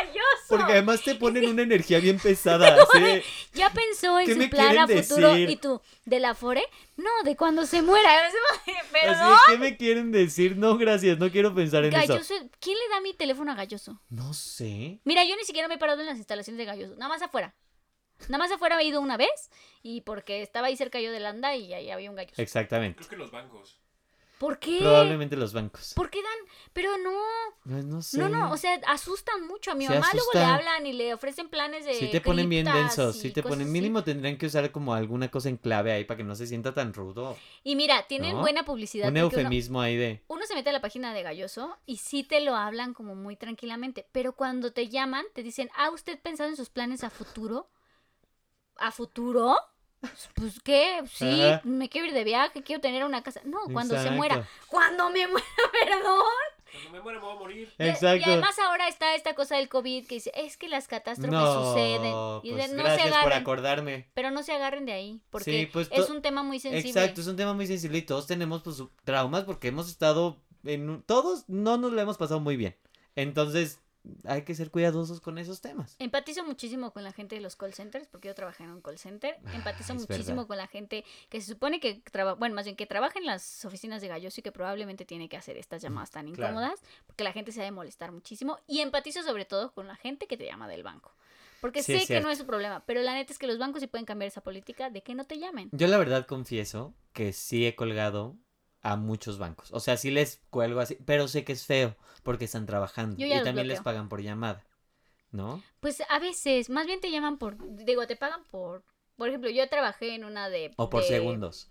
A: Galloso.
B: porque además te ponen una
A: *laughs*
B: energía bien pesada. así.
A: Ya pensó en
B: ¿Qué
A: su
B: me
A: plan a
B: quieren
A: futuro
B: decir?
A: y tú, ¿de la Fore? No, de cuando se muera. *laughs*
B: Pues Así,
A: Perdón.
B: ¿qué me quieren decir? No, gracias, no quiero pensar en eso.
A: Galloso, ¿quién le da mi teléfono a Galloso?
B: No sé.
A: Mira, yo ni siquiera me he parado en las instalaciones de Galloso, nada más afuera. Nada más afuera he ido una vez y porque estaba ahí cerca yo de Landa y ahí había un Galloso.
B: Exactamente.
C: creo que los bancos.
A: ¿Por qué?
B: Probablemente los bancos.
A: ¿Por qué dan? Pero no,
B: No, no sé.
A: no, no, o sea, asustan mucho. A mi
B: Sí,
A: mamá luego le
B: asusta.
A: hablan y le ofrecen planes de.
B: Si te ponen bien
A: criptas
B: densos,
A: y
B: si te
A: cosas
B: ponen
A: así.
B: mínimo tendrían que usar como alguna cosa en clave ahí para que no se sienta tan rudo.
A: Y mira, tienen
B: ¿No?
A: buena publicidad.
B: Un
A: porque uno-
B: eufemismo ahí de
A: uno se mete a la página de Galloso y sí te lo hablan como muy tranquilamente, pero cuando te llaman te dicen, ah, usted pensado en sus planes a futuro, a futuro, pues qué, sí,
B: Ajá.
A: me quiero ir de viaje, quiero tener una casa, no, cuando se muera,
B: Exacto.
A: cuando me muera, *laughs* perdón.
C: Cuando me muera me voy a morir.
A: Y-
B: Exacto.
A: Y, además ahora está esta cosa del COVID que dice, es que las catástrofes suceden, y
B: pues,
A: de- no se
B: gracias por
A: agarren,
B: acordarme.
A: pero no se agarren de ahí, porque
B: Sí, pues,
A: es
B: to-
A: un tema muy sensible.
B: Exacto, es un tema muy sensible y todos tenemos pues su- traumas porque hemos estado en un- todos no nos lo hemos pasado muy bien. Entonces, hay que ser cuidadosos con esos temas.
A: Empatizo muchísimo con la gente de los call centers, porque yo trabajé en un call center.
B: Ah,
A: Empatizo
B: es
A: muchísimo
B: verdad.
A: con la gente que se supone que trabaja, bueno, más bien que trabaja en las oficinas de Galloso y que probablemente tiene que hacer estas llamadas tan
B: claro.
A: incómodas, porque la gente se ha de molestar muchísimo. Y empatizo sobre todo con la gente que te llama del banco. Porque
B: Sí,
A: sé
B: es
A: que
B: cierto.
A: no es su problema, pero la neta es que los bancos sí pueden cambiar esa política de que no te llamen.
B: Yo la verdad confieso que sí he colgado a muchos bancos. O sea, sí les cuelgo así, pero sé que es feo porque están trabajando
A: Yo
B: y
A: ya los
B: también les
A: bloqueo.
B: pagan por llamada. ¿No?
A: Pues a veces, más bien te llaman por, digo, te pagan por, por ejemplo, yo trabajé en una de...
B: O por
A: de-
B: segundos.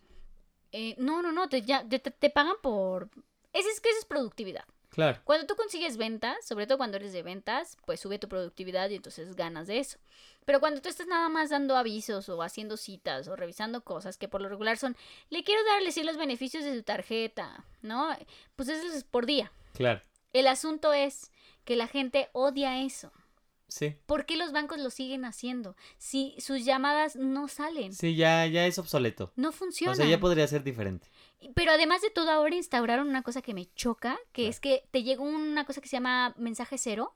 A: eh, no, no, no, te, ya- te, te- te pagan por... Ese es que eso es productividad.
B: Claro.
A: Cuando tú consigues ventas, sobre todo cuando eres de ventas, pues sube tu productividad y entonces ganas de eso. Pero cuando tú estás nada más dando avisos o haciendo citas o revisando cosas que por lo regular son, le quiero dar, decir los beneficios de su tarjeta, ¿no? Pues eso es por día.
B: Claro.
A: El asunto es que la gente odia eso.
B: Sí.
A: ¿Por qué los bancos lo siguen haciendo? Si sus llamadas no salen,
B: Sí, ya, ya es obsoleto.
A: no funcionan.
B: O sea, ya podría ser diferente.
A: Pero además de todo, ahora instauraron una cosa que me choca, que es que te llega una cosa que se llama mensaje cero,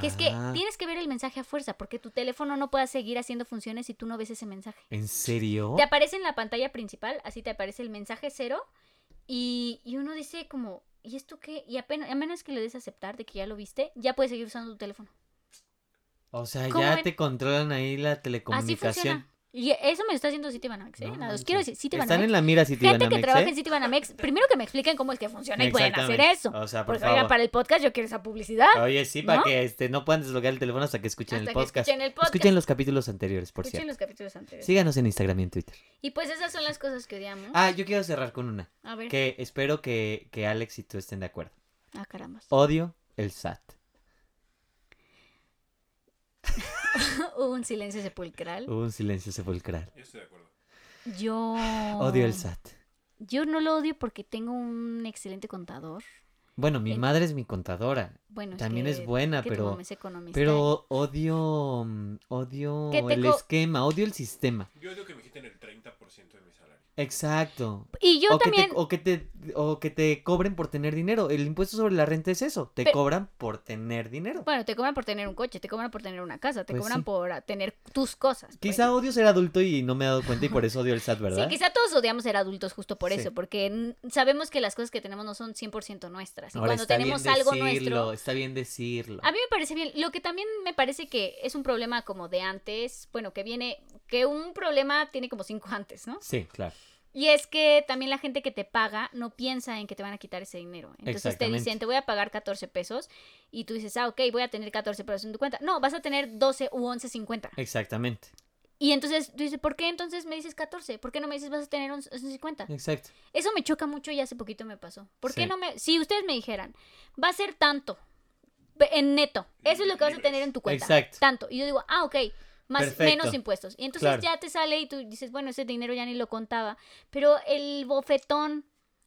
A: que es que
B: Ah,
A: tienes que ver el mensaje a fuerza, porque tu teléfono no puede seguir haciendo funciones si tú no ves ese mensaje.
B: ¿En serio?
A: Te aparece en la pantalla principal, así te aparece el mensaje cero, y, y uno dice como, ¿y esto qué? Y apenas, a menos que le des aceptar de que ya lo viste, ya puedes seguir usando tu teléfono.
B: O sea,
A: ¿Cómo
B: ya
A: ven?
B: te controlan ahí la
A: Así
B: telecomunicación.
A: funciona. Y eso me lo está haciendo Citibanamex, ¿eh?
B: No
A: Nada, los
B: manches.
A: quiero decir, Citibanamex.
B: Están en la ¿eh? mira si te
A: Gente que trabaja en Citibanamex, primero que me expliquen cómo es que funciona y pueden hacer eso.
B: O sea, Ah, por
A: Porque oigan,
B: favor.
A: para el podcast yo quiero esa publicidad.
B: Oye, sí, para
A: ¿No?
B: que este, no puedan desbloquear el teléfono hasta que escuchen
A: hasta
B: el
A: que
B: podcast.
A: escuchen el podcast.
B: Escuchen los capítulos anteriores, por
A: Escuchen
B: cierto.
A: los capítulos anteriores.
B: Síganos en Instagram y en Twitter.
A: Y pues esas son las cosas que odiamos.
B: Ah, yo quiero cerrar con una.
A: a ver.
B: Que espero que, que Alex y tú estén de acuerdo.
A: Ah, caramba.
B: Odio el SAT.
A: *laughs* Hubo un silencio sepulcral.
B: Hubo un silencio sepulcral.
C: Yo estoy de acuerdo.
A: Yo.
B: Odio el SAT.
A: Yo no lo odio porque tengo un excelente contador.
B: Bueno, mi
A: Eh,
B: madre es mi contadora.
A: Bueno,
B: También es
A: que-
B: buena,
A: que tu
B: pero-
A: mamá es economista.
B: Pero odio. mm, Odio
A: Que te
B: el
A: co-
B: esquema, odio el sistema.
C: Yo digo que me quiten el 30% de mi salario.
B: Exacto.
A: Y yo
B: o,
A: también.
B: que te, o, que te, o que te cobren por tener dinero. El impuesto sobre la renta es eso. Te
A: Pero-
B: cobran por tener dinero.
A: Bueno, te cobran por tener un coche, te cobran por tener una casa, te
B: Pues
A: cobran
B: sí.
A: por ah, tener tus cosas. pues.
B: Quizá odio ser adulto y no me he dado cuenta y por eso odio el SAT, ¿verdad?
A: Sí, quizá todos odiamos ser adultos justo por
B: Sí.
A: eso, porque n- sabemos que las cosas que tenemos no son 100% nuestras. Y
B: Ahora
A: cuando
B: está bien
A: tenemos algo
B: decirlo,
A: nuestro,
B: Está bien decirlo.
A: A mí me parece bien. Lo que también me parece que es un problema como de antes, bueno, que viene, que un problema tiene como cinco antes, ¿no?
B: Sí, claro.
A: Y es que también la gente que te paga no piensa en que te van a quitar ese dinero. Entonces te
B: Exactamente.
A: dicen, te voy a pagar 14 pesos y tú dices, ah, ok, voy a tener 14 pesos en tu cuenta. No, vas a tener 12 u 11.50.
B: Exactamente.
A: Y entonces tú dices, ¿por qué entonces me dices 14? ¿Por qué no me dices vas a tener un, un 50?
B: Exacto.
A: Eso me choca mucho y hace poquito me pasó. ¿Por qué
B: Sí.
A: no me.? Si ustedes me dijeran, va a ser tanto, pe- en neto, eso es lo que vas a
C: Libres.
A: tener en tu cuenta.
B: Exacto.
A: Tanto. Y yo digo, ah, ok, más,
B: Perfecto.
A: menos impuestos. Y entonces
B: Claro.
A: ya te sale y tú dices, bueno, ese dinero ya ni lo contaba. Pero el bofetón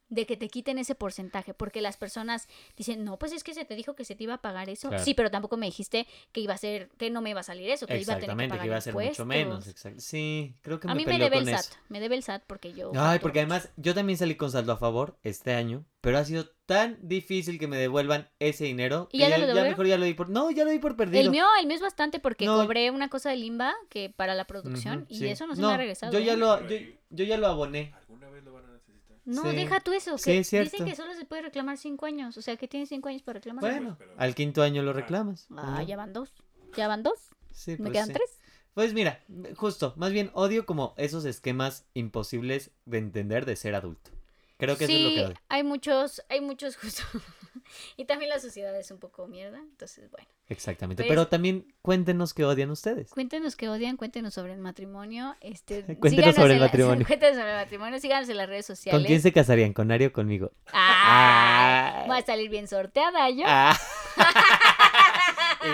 A: de que te quiten ese porcentaje, porque las personas dicen, no, pues es que se te dijo que se te iba a pagar eso.
B: Claro.
A: Sí, pero tampoco me dijiste que iba a ser, que no me iba a salir eso, que iba a tener que
B: Exactamente,
A: pagar
B: que iba a ser mucho
A: impuestos".
B: menos. Exacto. Sí, creo que
A: A mí me
B: peleó
A: debe el
B: con
A: SAT,
B: eso.
A: me debe el SAT porque yo...
B: Ay,
A: facturo
B: porque
A: mucho.
B: además yo también salí con saldo a favor este año, pero ha sido tan difícil que me devuelvan ese dinero.
A: ¿Y ya
B: que
A: lo devolvieron?
B: mejor ya lo di por... No, ya lo di por perdido.
A: El mío, el mío es bastante porque
B: No.
A: cobré una cosa de Limba que para la producción
B: Ujú,
A: y
B: sí.
A: eso no se me ha regresado.
B: Yo
A: ¿eh?
B: ya, lo, yo,
C: Pero ahí-
B: yo ya lo aboné.
C: ¿Alguna vez lo van a necesitar?
A: No,
B: Sí.
A: deja tú eso.
B: Sí,
A: que
B: es cierto.
A: Dicen que solo se puede reclamar cinco años. O sea, que tienes cinco años para reclamar.
B: Bueno,
C: pero-
B: al quinto año lo
C: Ah.
B: reclamas.
A: Ah,
B: ¿no?
A: ya van dos. Ya van dos.
B: Sí,
A: me
B: pues
A: quedan
B: sí.
A: tres.
B: Pues mira, justo, más bien odio como esos esquemas imposibles de entender de ser adulto. Creo que eso es
A: sí,
B: lo que odio.
A: hay muchos, hay muchos justo. *laughs* y también la sociedad es un poco mierda. Entonces, bueno.
B: Exactamente.
A: Pero
B: Pero
A: es-
B: también cuéntenos qué odian ustedes.
A: Cuéntenos qué odian, cuéntenos sobre el matrimonio. Este,
B: *laughs* Cuéntenos
A: síganos
B: sobre
A: en
B: el
A: la-
B: matrimonio.
A: *laughs* cuéntenos sobre el matrimonio, síganos en las redes sociales.
B: ¿Con quién se casarían? ¿Con Ario o conmigo?
A: Ah,
B: Ah.
A: Voy a salir bien sorteada yo. *laughs*
B: Ah.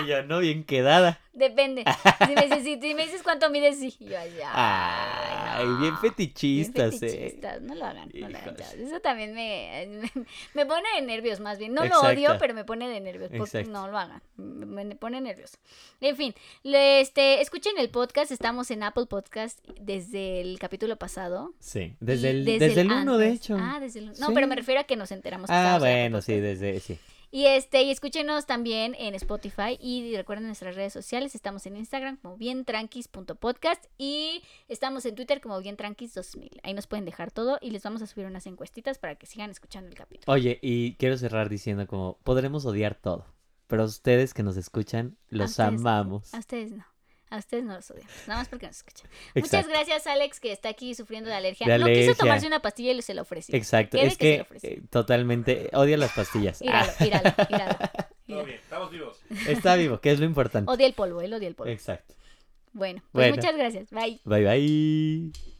B: y yo no, bien quedada.
A: Depende. Si me dices, si- si me dices cuánto mides, sí. Y Yo así,
B: Ah,
A: ay,
B: Ay,
A: no.
B: bien
A: Bien
B: fetichistas, eh.
A: fetichistas, No lo hagan, no lo hagan,
B: Híjole.
A: chavos. Eso también me, me, me pone de nervios, más bien. No
B: Exacto.
A: lo odio, pero me pone de nervios. porque
B: Exacto.
A: No lo hagan. Me, me pone nervioso. En fin, le- este, escuchen el podcast. Estamos en Apple Podcast desde el capítulo pasado.
B: Sí,
A: Y
B: desde el, desde el 1, de
A: antes.
B: hecho.
A: Ah, desde el uno. No, pues,
B: Sí.
A: pero me refiero a que nos enteramos. que
B: Ah,
A: estábamos en Apple
B: bueno, sí, desde, sí.
A: y este, y escúchenos también en Spotify y recuerden nuestras redes sociales, estamos en Instagram como bientranquis.podcast y estamos en Twitter como bientranquis2000. Ahí nos pueden dejar todo y les vamos a subir unas encuestitas para que sigan escuchando el capítulo.
B: Oye, y quiero cerrar diciendo como, podremos odiar todo, pero ustedes que nos escuchan, los
A: ustedes-
B: amamos.
A: A ustedes no. A ustedes no los odiamos, nada más porque nos escuchan. Muchas
B: *laughs* Exacto.
A: gracias, Alex, que está aquí sufriendo de alergia.
B: De
A: no
B: alergia.
A: quiso tomarse una pastilla y se la ofrecí.
B: Exacto,
A: ¿Qué de
B: es
A: que se le
B: que
A: ofrece?
B: eh, totalmente odia las pastillas.
A: Íralo, íralo, íralo.
B: *laughs*
C: Todo bien, estamos vivos.
B: Ah, está vivo, que es
A: *laughs*
B: lo importante.
A: Odia el polvo, él odia el polvo.
B: Exacto.
A: Bueno, pues
B: Eh, Bueno.
A: muchas gracias. Bye.
B: Bye bye.